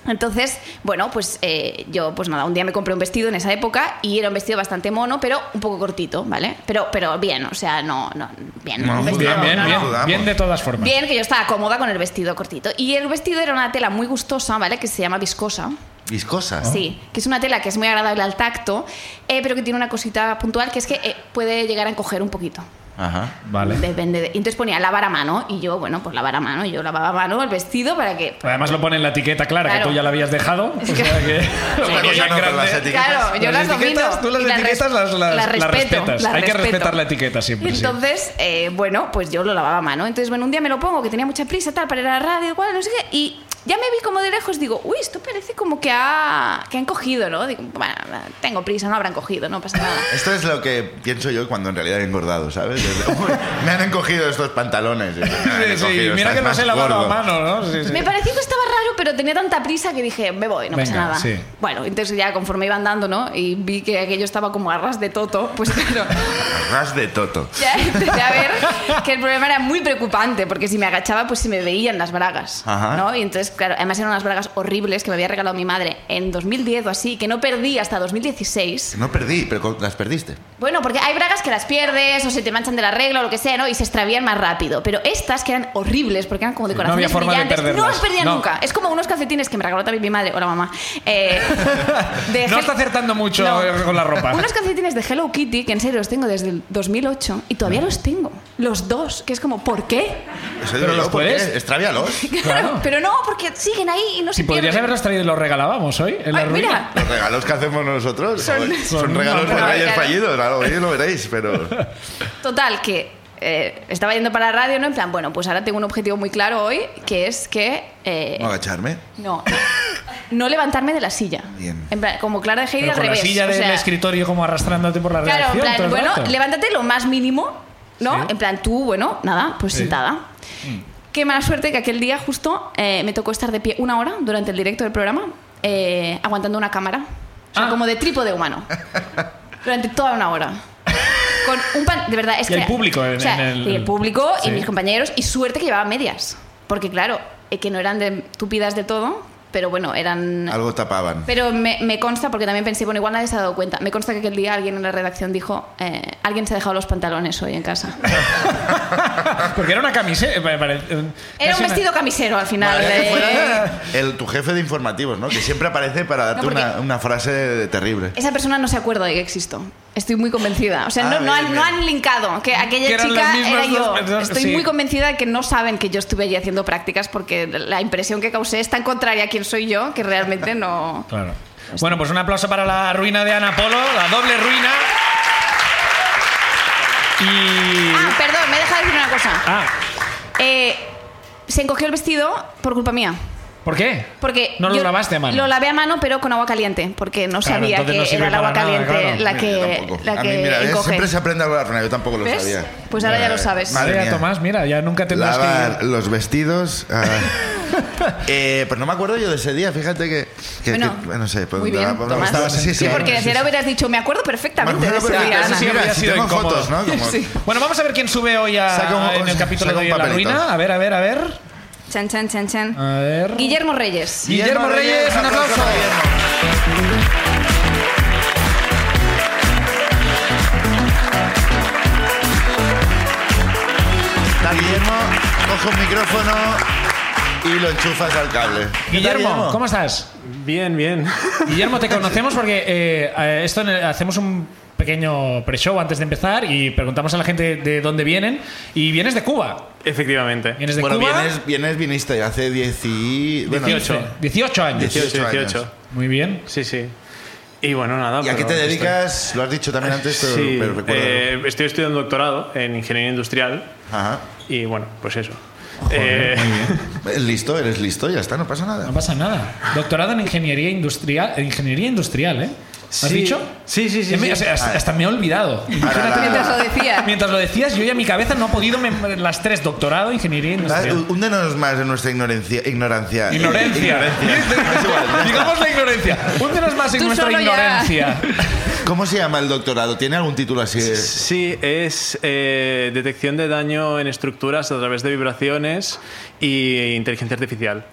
Speaker 3: Entonces, bueno, pues eh, yo, pues nada, un día me compré un vestido en esa época y era un vestido bastante mono, pero un poco cortito, ¿vale? Pero, pero bien, o sea, no, no, bien.
Speaker 2: No,
Speaker 3: un vestido,
Speaker 1: Bien, bien,
Speaker 3: Pues no, no.
Speaker 1: bien.
Speaker 2: Dudamos.
Speaker 1: Bien de todas formas.
Speaker 3: Bien, que yo estaba cómoda con el vestido cortito. Y el vestido era una tela muy gustosa, ¿vale? Que se llama viscosa.
Speaker 2: Viscosa.
Speaker 3: Sí, que es una tela que es muy agradable al tacto, eh, pero que tiene una cosita puntual que es que eh, puede llegar a encoger un poquito.
Speaker 2: Ajá.
Speaker 1: Vale.
Speaker 3: Depende de- y Entonces ponía lavar a mano y yo, bueno, pues lavar a mano. y Yo lavaba a mano el vestido para que...
Speaker 1: Además lo pone en la etiqueta clara,
Speaker 3: Claro.
Speaker 1: que tú ya la habías dejado. O sea que lo
Speaker 2: Una
Speaker 4: pues
Speaker 1: ponía
Speaker 2: cosa
Speaker 1: en
Speaker 2: no, pero
Speaker 1: grande.
Speaker 2: las eti-
Speaker 3: Claro, yo las, domino.
Speaker 4: etiquetas, tú las
Speaker 3: y las
Speaker 4: etiquetas
Speaker 3: res-
Speaker 4: las- las- las
Speaker 1: las
Speaker 3: respeto,
Speaker 1: respetas.
Speaker 3: las
Speaker 1: Hay que
Speaker 3: respeto.
Speaker 1: respetar la etiqueta siempre. sí.
Speaker 3: Entonces, eh, bueno, pues yo lo lavaba a mano. Entonces, bueno, un día me lo pongo, que tenía mucha prisa, tal, para ir a la radio, igual, no sé qué. Y ya me vi como de lejos, digo, uy, esto parece como que ha, que han cogido, ¿no? Digo, bueno, tengo prisa, no habrán cogido, no pasa nada.
Speaker 2: Esto es lo que pienso yo cuando en realidad he engordado, ¿sabes? Desde- Uy, me han encogido estos pantalones. Me han
Speaker 1: Sí, sí,
Speaker 2: encogido,
Speaker 1: mira
Speaker 2: estás
Speaker 1: que no
Speaker 2: más
Speaker 1: se lavaba la
Speaker 2: gordo.
Speaker 1: mano, ¿no? Sí, sí.
Speaker 3: Me pareció que estaba raro, pero tenía tanta prisa que dije, me voy, no pasa
Speaker 1: Venga,
Speaker 3: nada.
Speaker 1: sí.
Speaker 3: Bueno, entonces ya conforme iba andando, ¿no? Y vi que aquello estaba como a ras de toto, pues claro.
Speaker 2: Ras de toto.
Speaker 3: Ya empecé a ver que el problema era muy preocupante, porque si me agachaba, pues se me veían las bragas.
Speaker 2: Ajá.
Speaker 3: ¿no? Y entonces, claro, además eran unas bragas horribles que me había regalado mi madre en 2010 o así, que no perdí hasta 2016.
Speaker 2: No perdí, pero con- las perdiste.
Speaker 3: Bueno, porque hay bragas que las pierdes o se te manchan de la regla o lo que sea, ¿no? Y se extravían más rápido. Pero estas, que eran horribles porque eran como decoraciones
Speaker 1: había forma de
Speaker 3: brillantes, no
Speaker 1: perderlas.
Speaker 3: las perdía
Speaker 1: No.
Speaker 3: nunca. Es como unos calcetines que me regaló también mi madre o la mamá. Eh, de
Speaker 1: No
Speaker 3: gel-
Speaker 1: está acertando mucho
Speaker 3: No.
Speaker 1: eh, con la ropa.
Speaker 3: unos calcetines de Hello Kitty, que en serio los tengo desde el 2008 y todavía los tengo. Los dos, que es como, ¿por qué?
Speaker 2: Eso
Speaker 1: ¿Pero
Speaker 2: no
Speaker 1: los puedes?
Speaker 2: Extravialos.
Speaker 1: Claro.
Speaker 3: Pero no, porque siguen ahí y no
Speaker 1: Si
Speaker 3: se
Speaker 1: podrías
Speaker 3: pierden.
Speaker 1: haberlos traído y los regalábamos hoy en la
Speaker 3: Ay,
Speaker 1: ruina.
Speaker 3: mira,
Speaker 2: Los regalos que hacemos nosotros
Speaker 3: Son-
Speaker 2: joder, son,
Speaker 1: son-
Speaker 2: regalos
Speaker 1: no,
Speaker 2: de
Speaker 3: no,
Speaker 2: reyes
Speaker 3: claro.
Speaker 2: fallidos. Claro, hoy lo veréis, pero.
Speaker 3: total, que eh, estaba yendo para la radio, ¿no? En plan, bueno, pues ahora tengo un objetivo muy claro hoy, que es que... eh,
Speaker 2: No agacharme.
Speaker 3: no, no levantarme de la silla.
Speaker 2: Bien.
Speaker 3: En plan, como Clara de Heidi
Speaker 1: Pero
Speaker 3: al
Speaker 1: con la
Speaker 3: revés.
Speaker 1: silla
Speaker 3: o
Speaker 1: del
Speaker 3: sea,
Speaker 1: escritorio como arrastrándote por la
Speaker 3: Claro, en
Speaker 1: redacción todo
Speaker 3: plan,
Speaker 1: el
Speaker 3: bueno,
Speaker 1: rato.
Speaker 3: levántate lo más mínimo, ¿no?
Speaker 1: Sí.
Speaker 3: En plan, tú, bueno, nada, pues
Speaker 1: Sí. Mm.
Speaker 3: sentada. Qué mala suerte que aquel día justo eh, me tocó estar de pie una hora durante el directo del programa, eh, aguantando una cámara. O sea,
Speaker 1: Ah.
Speaker 3: como de trípode humano. Durante toda una hora. Con un pan, de verdad, es
Speaker 1: Y
Speaker 3: que.
Speaker 1: el público en-
Speaker 3: o sea,
Speaker 1: en el-
Speaker 3: y el público
Speaker 1: Sí.
Speaker 3: y mis compañeros, y suerte que llevaba medias. Porque, claro, eh, que no eran de tupidas de todo, pero bueno, eran...
Speaker 2: Algo tapaban.
Speaker 3: Pero me, me consta, porque también pensé, bueno, igual nadie se ha dado cuenta, me consta que aquel día alguien en la redacción dijo, eh, alguien se ha dejado los pantalones hoy en casa.
Speaker 1: Ah, Porque era una camiseta. pare- pare- eh,
Speaker 3: Era
Speaker 1: casi
Speaker 3: un
Speaker 1: una-
Speaker 3: vestido camisero al final.
Speaker 2: Parece que
Speaker 3: eh.
Speaker 2: fuera el, tu jefe de informativos, ¿no? Que siempre aparece para darte
Speaker 3: porque-
Speaker 2: una, una frase terrible.
Speaker 3: Esa persona no se acuerda de que existo. Estoy muy convencida. O sea,
Speaker 2: Ah,
Speaker 3: no, no
Speaker 2: bien,
Speaker 3: han,
Speaker 2: bien.
Speaker 3: no han linkado que aquella
Speaker 1: Que eran las
Speaker 3: chica
Speaker 1: mismas
Speaker 3: era yo.
Speaker 1: dos personas,
Speaker 3: Estoy
Speaker 1: sí.
Speaker 3: muy convencida de que no saben que yo estuve allí haciendo prácticas porque la impresión que causé es tan contraria a quién soy yo que realmente no.
Speaker 1: Claro. Bueno, pues un aplauso para la ruina de Ana Polo, la doble ruina. Y.
Speaker 3: Ah, perdón, me he dejado decir una cosa.
Speaker 1: Ah,
Speaker 3: Eh, se encogió el vestido por culpa mía.
Speaker 1: ¿por qué?
Speaker 3: Porque
Speaker 1: No lo
Speaker 3: yo
Speaker 1: lavaste a mano.
Speaker 3: Lo lavé a mano, pero con agua caliente, porque no
Speaker 1: Claro,
Speaker 3: sabía
Speaker 1: entonces
Speaker 3: que
Speaker 1: no sirve
Speaker 3: era el agua
Speaker 1: para nada,
Speaker 3: caliente
Speaker 1: claro.
Speaker 3: la
Speaker 2: Yo
Speaker 3: que,
Speaker 2: tampoco.
Speaker 3: la
Speaker 2: a mí,
Speaker 3: que
Speaker 2: mira,
Speaker 3: encoge.
Speaker 2: siempre se aprende a hablar, Fran, yo tampoco lo
Speaker 3: ¿Ves?
Speaker 2: sabía. Eh,
Speaker 3: Pues ahora ya lo sabes.
Speaker 2: Madre
Speaker 1: Mira,
Speaker 2: mía.
Speaker 1: Tomás, mira, ya nunca tendrás
Speaker 2: Lavar
Speaker 1: que.
Speaker 2: los vestidos. ah. Eh, pues no me acuerdo yo de ese día, fíjate que. que-
Speaker 3: Bueno,
Speaker 2: que- no sé, pues
Speaker 3: muy bien,
Speaker 2: la- la-
Speaker 3: Tomás.
Speaker 2: estaba- sí, sí,
Speaker 3: Sí, porque
Speaker 2: sí,
Speaker 3: si ahora hubieras dicho, me acuerdo perfectamente
Speaker 2: Me
Speaker 3: de
Speaker 2: acuerdo
Speaker 3: ese día,
Speaker 2: perfectamente,
Speaker 3: Ana".
Speaker 1: sí,
Speaker 2: mira,
Speaker 1: habría
Speaker 2: si
Speaker 1: sido
Speaker 2: tengo
Speaker 1: incómodo.
Speaker 2: fotos, ¿no? Como-
Speaker 3: Sí.
Speaker 1: Bueno, vamos a ver quién sube hoy a,
Speaker 2: Saca un-
Speaker 1: en el capítulo de
Speaker 2: saca
Speaker 1: hoy
Speaker 2: un
Speaker 1: de la
Speaker 2: papelito.
Speaker 1: ruina. A ver, a ver, a ver.
Speaker 3: Chan, chan, chan, chan.
Speaker 1: A ver.
Speaker 3: Guillermo Reyes.
Speaker 1: Guillermo Reyes, un aplauso.
Speaker 2: para Guillermo. Tal, Guillermo, coge un micrófono y lo enchufas al cable.
Speaker 1: Guillermo, ¿cómo estás?
Speaker 5: Bien, bien.
Speaker 1: Guillermo, te conocemos porque eh, eh, esto en el- hacemos un pequeño pre-show antes de empezar y preguntamos a la gente de dónde vienen y vienes de Cuba.
Speaker 5: Efectivamente.
Speaker 1: Vienes de
Speaker 2: Bueno,
Speaker 1: Cuba.
Speaker 2: vienes, vienes, viniste hace 10 y... bueno,
Speaker 1: 18, 18 años.
Speaker 2: 18 años.
Speaker 5: 18.
Speaker 1: Muy bien.
Speaker 5: Sí, sí. Y bueno, nada.
Speaker 2: ¿Y a qué
Speaker 5: pero
Speaker 2: te
Speaker 5: estoy-
Speaker 2: dedicas? Lo has dicho también antes, pero,
Speaker 5: Sí,
Speaker 2: pero recuerdo.
Speaker 5: eh, estoy estudiando doctorado en ingeniería industrial
Speaker 2: Ajá.
Speaker 5: y bueno, pues eso. Eh,
Speaker 2: Eh, Listo, eres listo, ya está, no pasa nada.
Speaker 1: No pasa nada. Doctorado en ingeniería industrial, en ingeniería industrial, ¿eh? ¿Has
Speaker 5: Sí.
Speaker 1: dicho?
Speaker 5: Sí, sí, sí,
Speaker 1: Ya me-
Speaker 5: sí.
Speaker 1: o sea, hasta, hasta me he olvidado.
Speaker 2: Ah. Ahora la-
Speaker 3: Mientras lo decía.
Speaker 1: Mientras lo decías, yo ya mi cabeza no ha podido mem- las tres, doctorado, ingeniería
Speaker 2: Ah,
Speaker 1: industrial.
Speaker 2: Húndenos más en nuestra ignorancia. Ignorancia.
Speaker 1: Ignorencia.
Speaker 2: Es igual, ya está.
Speaker 1: Digamos la ignorancia. Úndenos más en
Speaker 3: Tú
Speaker 1: nuestra
Speaker 3: solo ya.
Speaker 1: ignorancia.
Speaker 2: ¿Cómo se llama el doctorado? ¿Tiene algún título así? de-
Speaker 5: sí, es eh, detección de daño en estructuras a través de vibraciones y inteligencia artificial.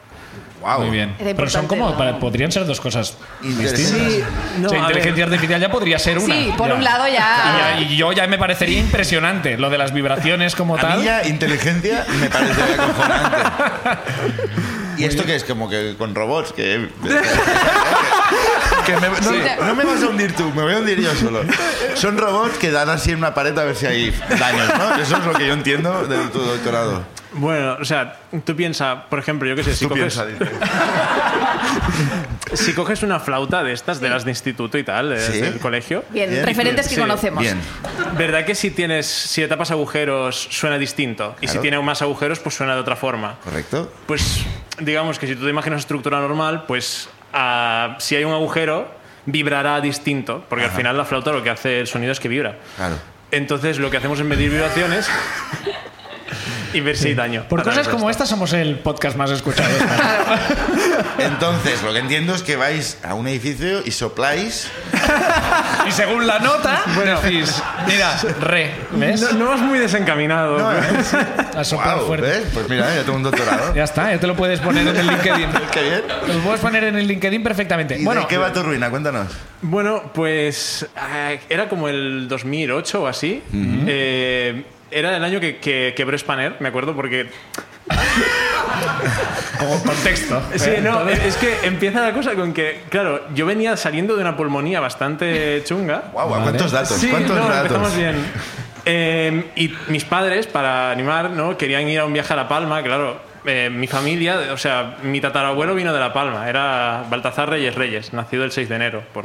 Speaker 2: Guau.
Speaker 1: Muy bien.
Speaker 3: Era
Speaker 1: Pero son
Speaker 3: importante,
Speaker 1: como.
Speaker 3: ¿no?
Speaker 1: para- podrían ser dos cosas.
Speaker 2: Interesante.
Speaker 5: no,
Speaker 1: o sea,
Speaker 5: a ver.
Speaker 1: inteligencia artificial ya podría ser una.
Speaker 3: Sí, por
Speaker 1: Ya.
Speaker 3: un lado ah.
Speaker 1: Y, ya-
Speaker 3: ya.
Speaker 1: y yo ya me parecería impresionante lo de las vibraciones como
Speaker 2: A
Speaker 1: tal.
Speaker 2: mí ya inteligencia me parece acojonante. ¿Y esto qué es? Como que con robots. Que, que me- no, no me vas a hundir tú, me voy a hundir yo solo. Son robots que dan así en una pared a ver si hay daños, ¿no? Eso es lo que yo entiendo de tu doctorado.
Speaker 5: Bueno, o sea, tú piensa, por ejemplo, yo qué sé, si
Speaker 2: Tú
Speaker 5: coges,
Speaker 2: piensas. dice.
Speaker 5: si coges una flauta de estas, de las de instituto y tal, de-
Speaker 2: Sí.
Speaker 5: del colegio,
Speaker 3: Bien,
Speaker 2: Bien,
Speaker 3: referentes que
Speaker 5: sí,
Speaker 3: conocemos.
Speaker 2: Bien.
Speaker 5: ¿Verdad que si tienes si le tapas agujeros suena distinto? Y si
Speaker 2: Claro.
Speaker 5: tiene más agujeros, pues suena de otra forma.
Speaker 2: ¿Correcto?
Speaker 5: Pues digamos que si tú te imaginas una estructura normal, pues ah, si hay un agujero, vibrará distinto, porque al final la flauta lo que hace el sonido es que vibra.
Speaker 2: Claro.
Speaker 5: Entonces lo que hacemos es medir vibraciones y ver si hay daño.
Speaker 1: Por
Speaker 5: A través
Speaker 1: cosas
Speaker 5: de
Speaker 1: como
Speaker 5: esto.
Speaker 1: esta somos el podcast más escuchado.
Speaker 2: Entonces, lo que entiendo es que vais a un edificio y sopláis.
Speaker 1: y según la nota, decís, mira, re, ¿ves?
Speaker 5: No, no vas muy desencaminado.
Speaker 2: eh.
Speaker 1: Has soplado
Speaker 2: Guau,
Speaker 1: fuerte.
Speaker 2: ¿ves? Pues mira, ya tengo un doctorado.
Speaker 1: Ya está, ya te lo puedes poner en el LinkedIn.
Speaker 2: Qué bien.
Speaker 1: Te Lo puedes poner en el LinkedIn perfectamente.
Speaker 2: ¿Y
Speaker 1: Bueno,
Speaker 2: de qué va tu ruina? Cuéntanos.
Speaker 5: Bueno, pues ah, era como el 2008 o así. Eh, era el año que, que quebró Spanner, me acuerdo, porque...
Speaker 1: como contexto.
Speaker 5: Sí,
Speaker 1: ¿eh?
Speaker 5: no,
Speaker 1: Entonces-
Speaker 5: es que empieza la cosa con que, claro, yo venía saliendo de una pulmonía bastante chunga.
Speaker 2: Guau,
Speaker 1: Vale.
Speaker 2: ¿cuántos datos?
Speaker 5: Sí,
Speaker 2: ¿Cuántos
Speaker 5: no,
Speaker 2: datos?
Speaker 5: empezamos bien. Eh, y mis padres, para animar, ¿no? Querían ir a un viaje a La Palma, claro. Eh, mi familia, o sea, mi tatarabuelo vino de La Palma, era Baltazar Reyes Reyes, nacido el 6 de enero. Por...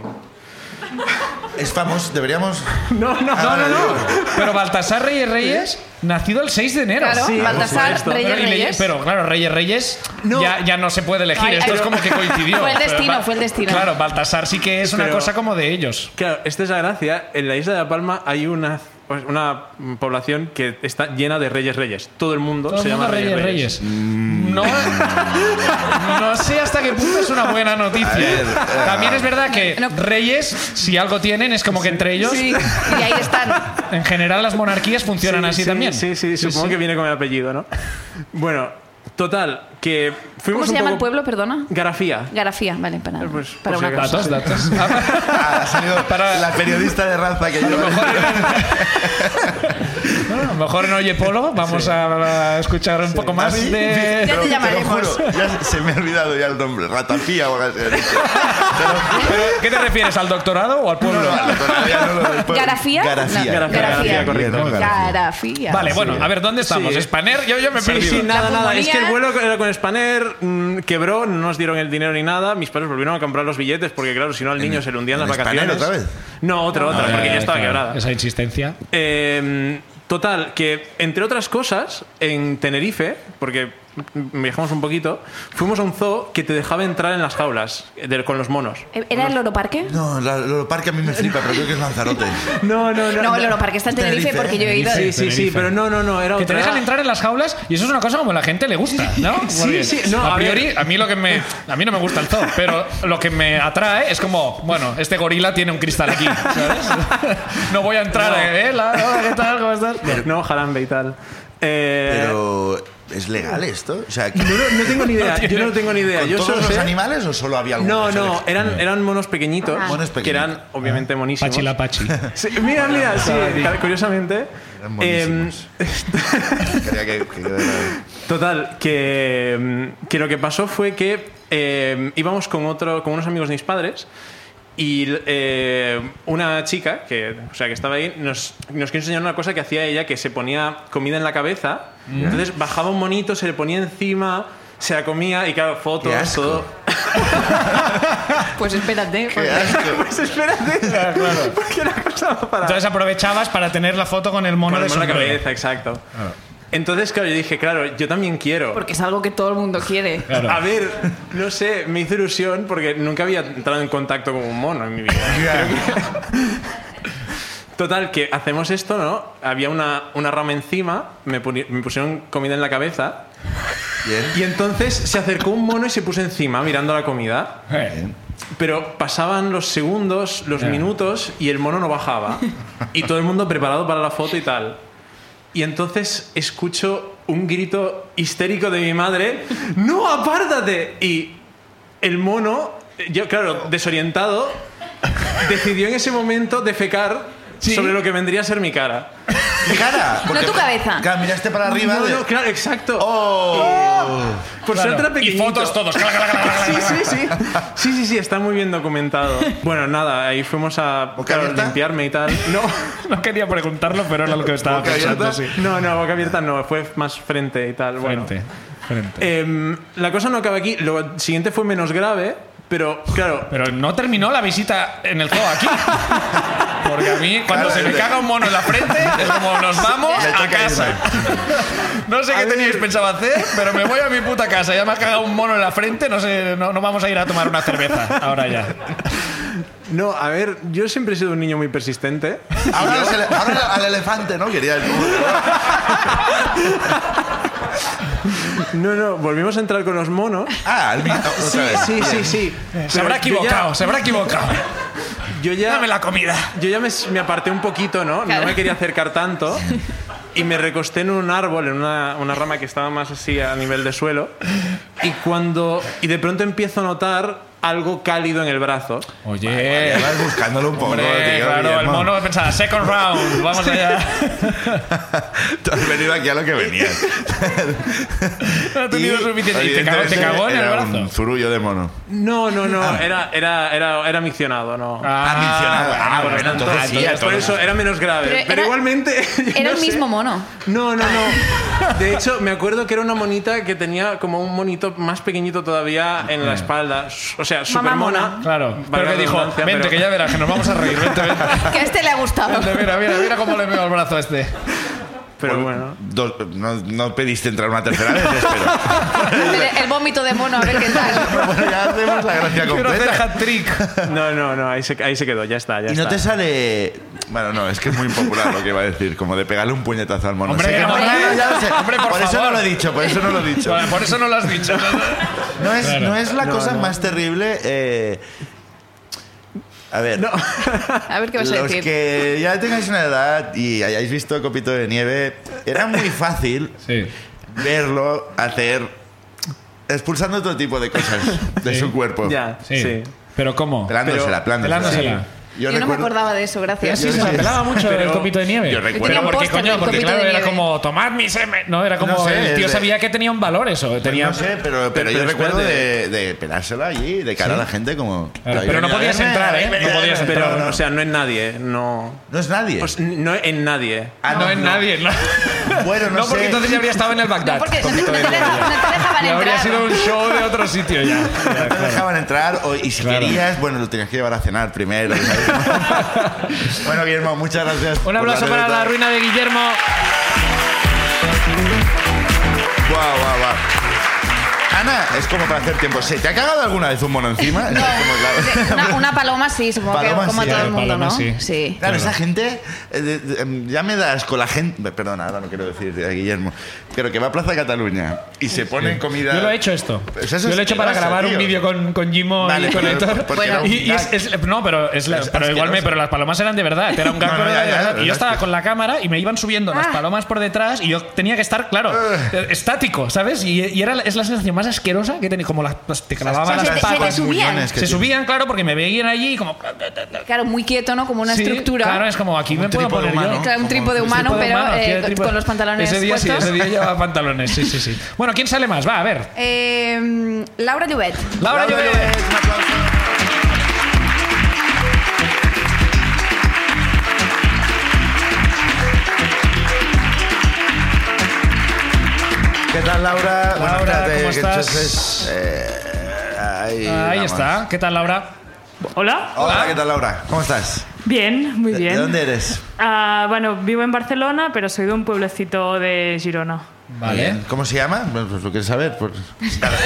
Speaker 2: Es famoso, deberíamos.
Speaker 5: No, no,
Speaker 2: Ah, vale, digo.
Speaker 1: Pero Baltasar Reyes Reyes, nacido el 6 de enero.
Speaker 3: Claro,
Speaker 5: Sí,
Speaker 3: Baltasar,
Speaker 5: por supuesto.
Speaker 1: Pero,
Speaker 3: Reyes
Speaker 1: y le-
Speaker 3: Reyes.
Speaker 1: pero, claro, Reyes Reyes ya, ya no se puede elegir.
Speaker 3: Ay,
Speaker 1: Esto
Speaker 3: ay,
Speaker 1: es como que coincidió.
Speaker 3: Fue el
Speaker 1: Pero
Speaker 3: destino,
Speaker 1: Ba-
Speaker 3: fue el destino.
Speaker 1: Claro, Baltasar sí que es una
Speaker 5: Pero-
Speaker 1: cosa como de ellos.
Speaker 5: Claro, esta es la gracia. En la isla de La Palma hay una, pues, una población que está llena de Reyes Reyes. Todo el mundo
Speaker 1: Todo
Speaker 5: se
Speaker 1: el mundo
Speaker 5: llama Mm.
Speaker 1: Reyes Reyes. No, no sé hasta qué punto es una buena noticia.
Speaker 2: A ver, eh,
Speaker 1: También es verdad que
Speaker 3: No.
Speaker 1: Reyes, si algo tienen, es como que entre ellos,
Speaker 3: Sí, y ahí están.
Speaker 1: en general las monarquías funcionan
Speaker 5: Sí,
Speaker 1: así
Speaker 5: sí,
Speaker 1: también.
Speaker 5: Sí, sí, supongo
Speaker 1: sí.
Speaker 5: que viene con el apellido, ¿no? Bueno, Total, que fuimos
Speaker 3: ¿Cómo se
Speaker 5: un
Speaker 3: llama el
Speaker 5: poco-
Speaker 3: pueblo, perdona?
Speaker 5: Garafía.
Speaker 3: Garafía, vale, para,
Speaker 5: Eh, pues,
Speaker 3: para
Speaker 5: por
Speaker 3: una
Speaker 5: si
Speaker 3: cosa.
Speaker 5: acaso.
Speaker 1: Datos, datos.
Speaker 2: Ah, ha salido
Speaker 1: Para-
Speaker 2: la periodista de raza que este yo.
Speaker 1: Bueno, mejor en Oye Polo, vamos a a escuchar un poco más
Speaker 2: Ah, ¿sí?
Speaker 1: de...
Speaker 3: Ya
Speaker 2: Pero
Speaker 3: te llamaremos.
Speaker 2: lo juro, ya se- se me ha olvidado ya el nombre. Ratafía o algo así.
Speaker 1: Pero, ¿Qué te refieres, al doctorado o al
Speaker 2: No,
Speaker 1: pueblo?
Speaker 2: no, no, todavía no lo- después-
Speaker 3: ¿Garafía?
Speaker 2: Garafía.
Speaker 3: No,
Speaker 5: Garafía,
Speaker 3: Garafía.
Speaker 5: correcto.
Speaker 2: Bien, ¿no?
Speaker 3: Garafía.
Speaker 1: Vale, bueno, a ver, ¿dónde estamos?
Speaker 5: Sí.
Speaker 1: ¿Spaner? Yo, yo me he
Speaker 5: Sí,
Speaker 1: perdido.
Speaker 5: sí, nada,
Speaker 3: La
Speaker 5: nada. Es que el
Speaker 3: pulmonía-
Speaker 5: vuelo era con Spanair mm, quebró, no nos dieron el dinero ni nada. Mis padres volvieron a comprar los billetes porque, claro, si no al niño se le hundían
Speaker 2: en
Speaker 5: las
Speaker 2: Spanair
Speaker 5: vacaciones.
Speaker 2: otra vez?
Speaker 5: No, otra, otra, porque ya estaba
Speaker 1: Ah, Claro,
Speaker 5: quebrada.
Speaker 1: Esa insistencia.
Speaker 5: Eh, total, que entre otras cosas, en Tenerife, porque viajamos un poquito, fuimos a un zoo que te dejaba entrar en las jaulas eh, de- con los monos.
Speaker 3: ¿Era el Loro Parque?
Speaker 2: No, la- lo parque a mí me flipa, pero creo que es Lanzarote.
Speaker 5: No, no,
Speaker 3: No, el Loro Parque está en Tenerife
Speaker 2: Tenerife,
Speaker 3: porque yo he ido.
Speaker 5: Sí, sí, sí,
Speaker 1: Tenerife.
Speaker 5: pero no, no, no, era
Speaker 1: Que te
Speaker 5: otra.
Speaker 1: dejan entrar en las jaulas y eso es una cosa como a la gente le gusta, ¿no?
Speaker 5: Sí,
Speaker 1: Porque
Speaker 5: sí, no,
Speaker 1: a
Speaker 5: a ver.
Speaker 1: priori, a mí lo que me. A mí no me gusta el zoo, pero lo que me atrae es como, bueno, este gorila tiene un cristal aquí, ¿sabes? No voy a entrar,
Speaker 5: No.
Speaker 1: ¿eh? La- hola, ¿Qué tal? ¿Cómo estás?
Speaker 5: No, jarambe y tal. Eh,
Speaker 2: Pero, ¿es legal esto? O sea, que-
Speaker 5: No, no, no tengo ni idea, yo no tengo ni idea.
Speaker 2: ¿Con
Speaker 5: Yo
Speaker 2: todos
Speaker 5: solo
Speaker 2: los
Speaker 5: sé-
Speaker 2: animales o solo había
Speaker 5: No,
Speaker 2: algunos?
Speaker 5: no, eran, eran monos pequeñitos,
Speaker 3: Ah.
Speaker 2: Monos
Speaker 5: que eran
Speaker 2: pequeñitos.
Speaker 5: obviamente monísimos.
Speaker 1: Pachi la Pachi.
Speaker 5: Sí, mira, mira, sí, claro, curiosamente.
Speaker 2: Eran
Speaker 5: eh,
Speaker 2: buenísimos. Quería que- que quedara-
Speaker 5: total, que, mm, que lo que pasó fue que eh, íbamos con, otro, con unos amigos de mis padres y eh, una chica, que, o sea, que estaba ahí, nos, nos quiso enseñar una cosa que hacía ella, que se ponía comida en la cabeza, entonces bajaba un monito, se le ponía encima, se la comía y claro, fotos,
Speaker 2: Qué asco.
Speaker 5: todo.
Speaker 3: Pues espérate.
Speaker 2: Qué asco.
Speaker 5: Pues espérate, claro. porque la cosa va para...
Speaker 1: Entonces aprovechabas para tener la foto con el mono
Speaker 5: Con el
Speaker 1: de
Speaker 5: mono en la
Speaker 1: sombrero.
Speaker 5: cabeza, exacto. Entonces, claro, yo dije, claro, yo también quiero.
Speaker 3: Porque es algo que todo el mundo quiere.
Speaker 1: Claro.
Speaker 5: A ver, no sé, me hizo ilusión porque nunca había entrado en contacto con un mono en mi vida. Total, que hacemos esto, ¿no? Había una, una rama encima, me, puni- me pusieron comida en la cabeza
Speaker 2: Bien.
Speaker 5: y entonces se acercó un mono y se puso encima mirando la comida.
Speaker 1: Eh,
Speaker 5: Pero pasaban los segundos, los minutos y el mono no bajaba. Y todo el mundo preparado para la foto y tal. Y entonces escucho un grito histérico de mi madre, ¡No, apártate! Y el mono, yo claro, desorientado, decidió en ese momento defecar sobre lo que vendría a ser mi cara.
Speaker 2: ¿Qué cara?
Speaker 3: No tu cabeza.
Speaker 2: Claro, miraste para arriba.
Speaker 5: no,
Speaker 2: de-
Speaker 5: no, claro, exacto.
Speaker 2: ¡Oh!
Speaker 5: Por
Speaker 1: claro.
Speaker 5: suerte era
Speaker 1: Y
Speaker 5: pequeñito.
Speaker 1: fotos todos. Claro, claro, claro, claro,
Speaker 5: Sí,
Speaker 1: claro.
Speaker 5: sí, sí. Sí, sí, sí, está muy bien documentado. Bueno, nada, ahí fuimos a
Speaker 2: ¿Boca
Speaker 5: claro,
Speaker 2: abierta?
Speaker 5: limpiarme y tal. No,
Speaker 1: No quería preguntarlo, pero era lo que estaba
Speaker 2: Boca
Speaker 1: pensando,
Speaker 2: abierta.
Speaker 1: sí.
Speaker 5: no, no, boca abierta no, fue más frente y tal. Bueno.
Speaker 1: Frente, frente.
Speaker 5: Em, la cosa no acaba aquí. Lo siguiente fue menos grave, pero claro,
Speaker 1: Pero no terminó la visita en el zoo aquí. Porque a mí, cuando
Speaker 2: Claro,
Speaker 1: se me
Speaker 2: sí.
Speaker 1: caga un mono en la frente, es como nos vamos
Speaker 2: Me
Speaker 1: a
Speaker 2: toca
Speaker 1: casa. No sé qué teníais pensado hacer, pero me voy a mi puta casa. Ya me ha cagado un mono en la frente, no sé, no, no vamos a ir a tomar una cerveza ahora ya.
Speaker 5: no, a ver, yo siempre he sido un niño muy persistente.
Speaker 2: Ahora, los ele- ahora al elefante, ¿no? Quería.
Speaker 5: No, no, volvimos a entrar con los monos.
Speaker 2: Ah, al otra vez.
Speaker 5: Sí, sí, sí.
Speaker 1: Se habrá
Speaker 5: Pero yo ya-
Speaker 1: equivocado, se habrá equivocado.
Speaker 5: Yo ya,
Speaker 1: Dame la comida.
Speaker 5: yo ya me, me aparté un poquito, ¿no?
Speaker 3: Claro.
Speaker 5: No me quería acercar tanto. Y me recosté en un árbol, en una, una rama que estaba más así a nivel de suelo. Y cuando. Y de pronto empiezo a notar algo cálido en el brazo.
Speaker 1: Oye,
Speaker 2: Vas buscándolo un poco,
Speaker 1: hombre,
Speaker 2: tío,
Speaker 1: claro, el
Speaker 2: Guillermo.
Speaker 1: mono pensaba, second round, vamos allá.
Speaker 2: Tú has venido aquí a lo que venías.
Speaker 1: No ha tenido
Speaker 2: Y,
Speaker 1: suficiente. Y te cagó, te
Speaker 2: evidentemente,
Speaker 1: cagó en el
Speaker 2: era
Speaker 1: brazo.
Speaker 2: Un zurullo de mono.
Speaker 5: No, no, no.
Speaker 1: Ah.
Speaker 5: Era, era, era, era miccionado, no.
Speaker 2: Aficionado. Ah,
Speaker 5: Por lo
Speaker 2: bueno,
Speaker 5: tanto,
Speaker 2: entonces sí,
Speaker 5: entonces,
Speaker 2: a
Speaker 5: por
Speaker 2: todos.
Speaker 5: eso era menos grave.
Speaker 3: Pero
Speaker 5: Pero,
Speaker 3: era-
Speaker 5: igualmente. yo
Speaker 3: Era
Speaker 5: no
Speaker 3: el
Speaker 5: sé.
Speaker 3: mismo mono.
Speaker 5: No, no, no. De hecho, me acuerdo que era una monita que tenía como un monito más pequeñito todavía en la espalda. O sea, super mona.
Speaker 3: mona.
Speaker 1: Eh. Claro, pero que dijo, vente, que ya verás, que nos vamos a reír, vente, vente.
Speaker 3: Que a este le ha gustado.
Speaker 1: Vente, Mira, mira, mira cómo le veo el brazo a este.
Speaker 5: Pero bueno.
Speaker 2: Dos- no, no pediste entrar una tercera vez, espero.
Speaker 3: El, el vómito de mono, a ver qué tal.
Speaker 2: bueno, ya hacemos la gracia
Speaker 1: Quiero hacer
Speaker 2: completa.
Speaker 1: hat-trick.
Speaker 5: No, no, no, ahí se, ahí se quedó, ya está, ya
Speaker 2: Y no
Speaker 5: está.
Speaker 2: te sale. Bueno, no, es que es muy impopular lo que iba a decir, como de pegarle un puñetazo al mono.
Speaker 1: Hombre,
Speaker 2: Sé que no-
Speaker 1: hombre,
Speaker 2: no, no, ya lo sé.
Speaker 1: hombre, por
Speaker 2: eso
Speaker 1: favor.
Speaker 2: no lo he dicho, por eso no lo he dicho.
Speaker 1: Vale, por eso no lo has dicho.
Speaker 2: No es,
Speaker 1: Claro.
Speaker 2: no es la
Speaker 5: No,
Speaker 2: cosa
Speaker 5: no.
Speaker 2: más terrible. eh, a ver,
Speaker 3: A ver qué vas a
Speaker 2: los
Speaker 3: decir.
Speaker 2: que ya tengáis una edad y hayáis visto Copito de Nieve, era muy fácil
Speaker 1: Sí.
Speaker 2: verlo hacer. expulsando todo tipo de cosas de
Speaker 1: Sí.
Speaker 2: su cuerpo.
Speaker 5: Ya,
Speaker 1: Sí.
Speaker 5: sí.
Speaker 1: Pero ¿cómo?
Speaker 2: Pelándosela, pelándosela.
Speaker 1: Pelándosela.
Speaker 3: Yo, no me
Speaker 2: recuerdo-
Speaker 3: acordaba de eso, gracias.
Speaker 1: Sí, se la pelaba mucho el copito de nieve.
Speaker 2: Yo
Speaker 3: Yo
Speaker 2: recuerdo.
Speaker 1: Pero
Speaker 3: tenía un
Speaker 1: porque
Speaker 3: póster
Speaker 1: coño,
Speaker 3: del
Speaker 1: porque
Speaker 3: copito
Speaker 1: claro,
Speaker 3: de
Speaker 1: era
Speaker 3: nieve.
Speaker 1: como tomar mi semen. No, Pues era como
Speaker 2: No sé,
Speaker 1: el tío
Speaker 2: es de-
Speaker 1: sabía que tenía un valor eso. Tenía...
Speaker 2: No sé, pero, pero, yo
Speaker 5: pero
Speaker 2: recuerdo de,
Speaker 5: espérate.
Speaker 2: de pelársela allí, de cara a la gente como...
Speaker 1: Claro,
Speaker 2: "Ay,
Speaker 1: pero no
Speaker 2: venid a
Speaker 1: podías
Speaker 2: verme,
Speaker 1: entrar, ¿eh?
Speaker 2: venid a
Speaker 1: No
Speaker 2: verme".
Speaker 1: podías entrar. pues,
Speaker 5: Pero,
Speaker 2: no,
Speaker 5: o sea, no en nadie, no.
Speaker 2: no es nadie.
Speaker 5: O sea, no en nadie.
Speaker 2: Ah,
Speaker 1: no, es nadie. No,
Speaker 2: Bueno, no,
Speaker 1: No, porque
Speaker 2: sé.
Speaker 1: entonces ya habría estado en el Bagdad.
Speaker 3: No, porque no te, no te deja- no te dejaban
Speaker 1: Y habría
Speaker 3: entrar.
Speaker 1: sido un show de otro sitio ya.
Speaker 2: No te dejaban entrar o- y si
Speaker 1: Claro.
Speaker 2: querías, bueno, lo tenías que llevar a cenar primero. ¿sabes? bueno, Guillermo, muchas gracias.
Speaker 1: Un aplauso para la ruina de Guillermo.
Speaker 2: Guau, guau, guau. Ana, es como para hacer tiempo. ¿Se te ha cagado alguna vez un mono encima? Es como, claro.
Speaker 3: Una, una paloma sí, supongo
Speaker 2: Paloma
Speaker 3: que como
Speaker 2: sí,
Speaker 3: a todo el
Speaker 1: claro,
Speaker 3: mundo,
Speaker 1: paloma
Speaker 3: ¿no?
Speaker 1: sí. Ah,
Speaker 3: sí.
Speaker 2: Claro, esa gente, eh, de- de- em, ya me das con la gente, perdona, ahora no quiero decir, eh, Guillermo, pero que va a Plaza Cataluña y se ponen comida...
Speaker 1: Yo lo he hecho esto.
Speaker 2: Pues eso es
Speaker 1: Yo lo he hecho para
Speaker 2: asqueroso,
Speaker 1: grabar un
Speaker 2: tío.
Speaker 1: vídeo con, con Jimo
Speaker 2: Vale,
Speaker 1: y con
Speaker 2: pero-
Speaker 1: Héctor.
Speaker 2: porque era un
Speaker 1: Y- y es-
Speaker 2: gag.
Speaker 1: es- no, pero, es la-
Speaker 2: Es
Speaker 1: pero igual me,
Speaker 2: asqueroso.
Speaker 1: pero las palomas eran de verdad. Era un gag
Speaker 2: No, no,
Speaker 1: pero
Speaker 2: ya,
Speaker 1: de
Speaker 2: ya,
Speaker 1: verdad.
Speaker 2: no,
Speaker 1: Y yo
Speaker 2: es
Speaker 1: estaba
Speaker 2: que-
Speaker 1: con la cámara y me iban subiendo las
Speaker 3: Ah.
Speaker 1: palomas por detrás y yo tenía que estar, claro,
Speaker 2: Ah.
Speaker 1: eh, estático, ¿sabes? Y, y era, la- es la sensación más asquerosa que tenía. Como las, pues, te clavaban
Speaker 3: se
Speaker 1: las
Speaker 3: te- se te
Speaker 1: patas.
Speaker 3: subían.
Speaker 2: muñones que
Speaker 1: Se
Speaker 2: tiene.
Speaker 1: subían, claro, porque me veían allí y como...
Speaker 3: Claro, muy quieto, ¿no? Como una
Speaker 1: Sí,
Speaker 3: estructura.
Speaker 1: Claro, es como aquí me puedo
Speaker 2: trípode
Speaker 1: poner
Speaker 2: humano.
Speaker 1: yo.
Speaker 3: Claro, un
Speaker 2: Como-
Speaker 3: trípode humano,
Speaker 1: Trípode
Speaker 3: pero
Speaker 1: humano,
Speaker 3: eh,
Speaker 1: aquí hay
Speaker 3: con-
Speaker 1: trípode.
Speaker 3: con los pantalones
Speaker 1: Ese día sí,
Speaker 3: puestos.
Speaker 1: ese día llevaba pantalones, sí, sí, sí. Bueno, ¿quién sale más? Va, a ver.
Speaker 3: Eh, Laura Llobet.
Speaker 1: Laura,
Speaker 2: Laura
Speaker 1: Llobet.
Speaker 2: Llobet, un aplauso. ¿Qué tal, Laura? Buenas
Speaker 1: Laura,
Speaker 2: tardes,
Speaker 1: ¿cómo
Speaker 2: ¿qué
Speaker 1: estás?
Speaker 2: entonces, eh, ahí
Speaker 1: Ahí
Speaker 2: vamos.
Speaker 1: está. ¿Qué tal, Laura?
Speaker 6: Hola.
Speaker 2: Hola, ¿qué tal, Laura? ¿Cómo estás?
Speaker 6: Bien, muy
Speaker 2: ¿De-
Speaker 6: bien.
Speaker 2: ¿De dónde eres?
Speaker 6: Ah, bueno, vivo en Barcelona, pero soy de un pueblecito de Girona.
Speaker 2: Bien. ¿Cómo se llama? Bueno, Pues lo quieres saber. Pues. Cara-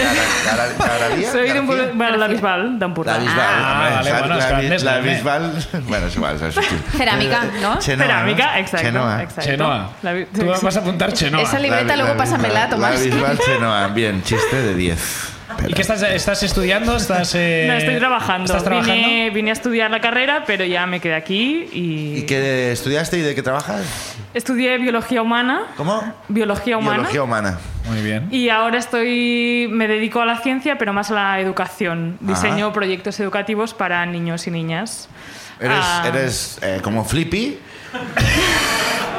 Speaker 2: cara- cara- Cararía,
Speaker 6: Soy de un
Speaker 2: García.
Speaker 6: pueblo, bueno, la Bisbal, d'Empordà.
Speaker 2: La Bisbal.
Speaker 1: Ah,
Speaker 2: hombre,
Speaker 1: vale,
Speaker 2: la-
Speaker 1: bueno, es
Speaker 2: la,
Speaker 1: grande, es
Speaker 2: la
Speaker 1: grande.
Speaker 2: Bisbal. Bueno, es igual, es sutil.
Speaker 3: Cerámica,
Speaker 2: Chenoa,
Speaker 3: ¿no?
Speaker 6: Ah, Cerámica,
Speaker 2: ¿no?
Speaker 6: exacto.
Speaker 2: Chenoa.
Speaker 6: exacto.
Speaker 1: Chenoa.
Speaker 6: La bi-
Speaker 1: Tú vas a apuntar Chenoa.
Speaker 3: Esa
Speaker 2: La-
Speaker 3: libreta
Speaker 2: la
Speaker 3: luego
Speaker 2: Bisbal-
Speaker 3: pásamela,
Speaker 2: La
Speaker 3: Tomás.
Speaker 2: Bisbal Chenoa. Bien, chiste de 10.
Speaker 1: ¿Y qué estás, estás estudiando? ¿Estás, eh,
Speaker 6: No, estoy trabajando.
Speaker 1: ¿Estás trabajando?
Speaker 6: Vine, vine a estudiar la carrera, pero ya me quedé aquí y,
Speaker 2: ¿Y qué estudiaste y de qué trabajas?
Speaker 6: estudié biología humana.
Speaker 2: ¿Cómo?
Speaker 6: Biología humana.
Speaker 2: Biología humana.
Speaker 1: Muy bien.
Speaker 6: Y ahora estoy, me dedico a la ciencia, pero más a la educación.
Speaker 2: Ah.
Speaker 6: Diseño proyectos educativos para niños y niñas.
Speaker 2: Eres,
Speaker 6: Ah,
Speaker 2: eres eh, como Flippy,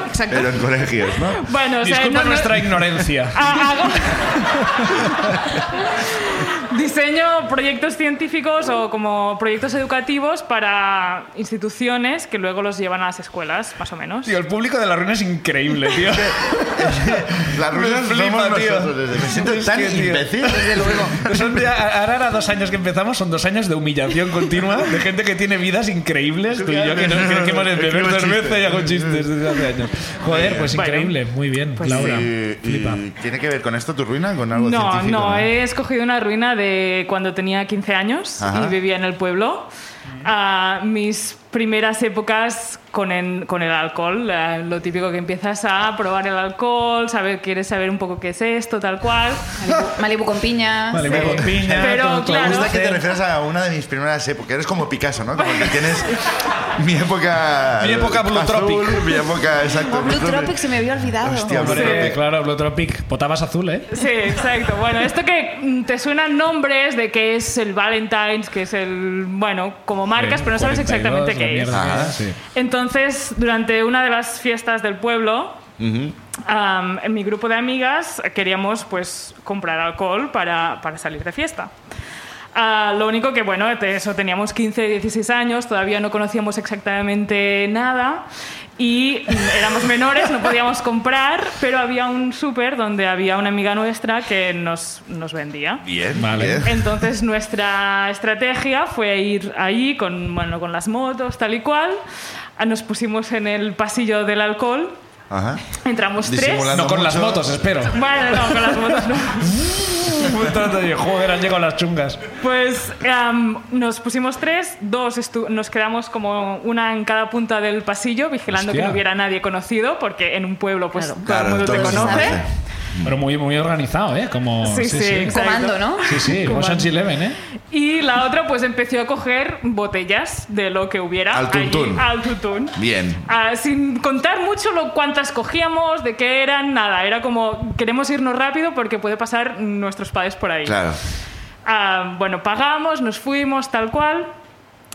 Speaker 3: Exacto.
Speaker 2: pero en colegios, ¿no?
Speaker 6: Bueno, o sea,
Speaker 1: Disculpa
Speaker 6: no- no-
Speaker 1: nuestra ignorancia.
Speaker 6: Ah, hago- Diseño proyectos científicos o como proyectos educativos para instituciones que luego los llevan a las escuelas, más o menos.
Speaker 1: Tío, el público de la ruina es increíble, tío.
Speaker 2: La ruina
Speaker 1: Me
Speaker 2: somos
Speaker 1: flipa, tío.
Speaker 2: nosotros. desde- Me siento
Speaker 1: Es
Speaker 2: tan
Speaker 1: que, tío.
Speaker 2: imbécil. Desde luego.
Speaker 1: Son de- a- ahora, ahora dos años que empezamos son dos años de humillación continua de gente que tiene vidas increíbles. Tú y yo que nos que hemos de beber
Speaker 2: Escribo
Speaker 1: cerveza
Speaker 2: chistes.
Speaker 1: y hago chistes desde hace años. Joder, pues
Speaker 6: Bueno.
Speaker 1: increíble. Muy bien,
Speaker 6: Pues
Speaker 1: Laura.
Speaker 2: Y, y
Speaker 1: Flipa.
Speaker 2: ¿Tiene que ver con esto tu ruina? ¿Con algo
Speaker 6: No, eh,
Speaker 2: científico?
Speaker 6: no, he escogido una ruina de cuando tenía 15 años
Speaker 2: Ajá.
Speaker 6: y vivía en el pueblo. Ah, mis primeras épocas con, en- con el alcohol, ah, lo típico que empiezas a probar el alcohol, saber, quieres saber un poco qué es esto, tal cual.
Speaker 3: Malibu, Malibu con piña.
Speaker 1: Vale,
Speaker 6: Sí.
Speaker 1: luego piña,
Speaker 6: Pero,
Speaker 1: todo- todo
Speaker 6: claro,
Speaker 2: Me gusta
Speaker 1: dulce.
Speaker 2: que te refieras a una de mis primeras épocas. Eres como Picasso, ¿no? Como que tienes mi época.
Speaker 1: Mi época Blue
Speaker 2: azul,
Speaker 1: Tropic.
Speaker 2: Mi época, exacto.
Speaker 3: Blue Tropic se me había olvidado.
Speaker 2: Hostia, Blue
Speaker 1: Hombre,
Speaker 2: Tropic.
Speaker 1: claro, Blue Tropic. Potabas azul, ¿eh?
Speaker 6: Sí, exacto. Bueno, esto que mm, te suenan nombres de qué es el Valentine's, que es el, bueno, como marcas, pero no
Speaker 1: 42,
Speaker 6: sabes exactamente
Speaker 1: la
Speaker 6: qué es.
Speaker 1: mierda que
Speaker 2: Ajá.
Speaker 1: es, sí.
Speaker 6: Entonces, durante una de las fiestas del pueblo, am, en mi grupo de amigas queríamos pues comprar alcohol para, para salir de fiesta. Ah, lo único que, bueno, te- eso teníamos 15, 16 años, todavía no conocíamos exactamente nada y éramos menores, no podíamos comprar, pero había un súper donde había una amiga nuestra que nos, nos vendía.
Speaker 2: Bien.
Speaker 1: Vale.
Speaker 2: bien.
Speaker 6: Entonces nuestra estrategia fue ir allí con, bueno, con las motos, tal y cual. Ah, Nos pusimos en el pasillo del alcohol,
Speaker 2: Ajá.
Speaker 6: entramos
Speaker 2: Disimulando.
Speaker 1: No con las
Speaker 2: mucho.
Speaker 1: motos, espero.
Speaker 6: tres. Bueno, no, con las motos no.
Speaker 1: Un trato de joder, han llegado las chungas.
Speaker 6: Pues am, nos pusimos tres, dos estu- nos quedamos como una en cada punta del pasillo vigilando
Speaker 1: Hostia.
Speaker 6: que no hubiera nadie conocido, porque en un pueblo pues
Speaker 3: Claro.
Speaker 6: todo el
Speaker 2: Claro,
Speaker 6: mundo te
Speaker 2: todo el mundo
Speaker 6: conoce.
Speaker 2: sabe.
Speaker 1: Pero muy, muy organizado, ¿eh? Como,
Speaker 6: Sí, sí, exacto.
Speaker 3: Comando, ¿no?
Speaker 1: Sí, sí,
Speaker 6: Comando.
Speaker 1: Ocean's Eleven, ¿eh?
Speaker 6: Y la otra, pues empezó a coger botellas de lo que hubiera.
Speaker 2: Al
Speaker 6: allí,
Speaker 2: tuntún.
Speaker 6: al tuntún.
Speaker 2: Bien.
Speaker 6: Ah, sin contar mucho lo cuántas cogíamos, de qué eran, nada. Era como, queremos irnos rápido porque puede pasar nuestros padres por ahí.
Speaker 2: Claro.
Speaker 6: Ah, bueno, pagamos, nos fuimos, tal cual.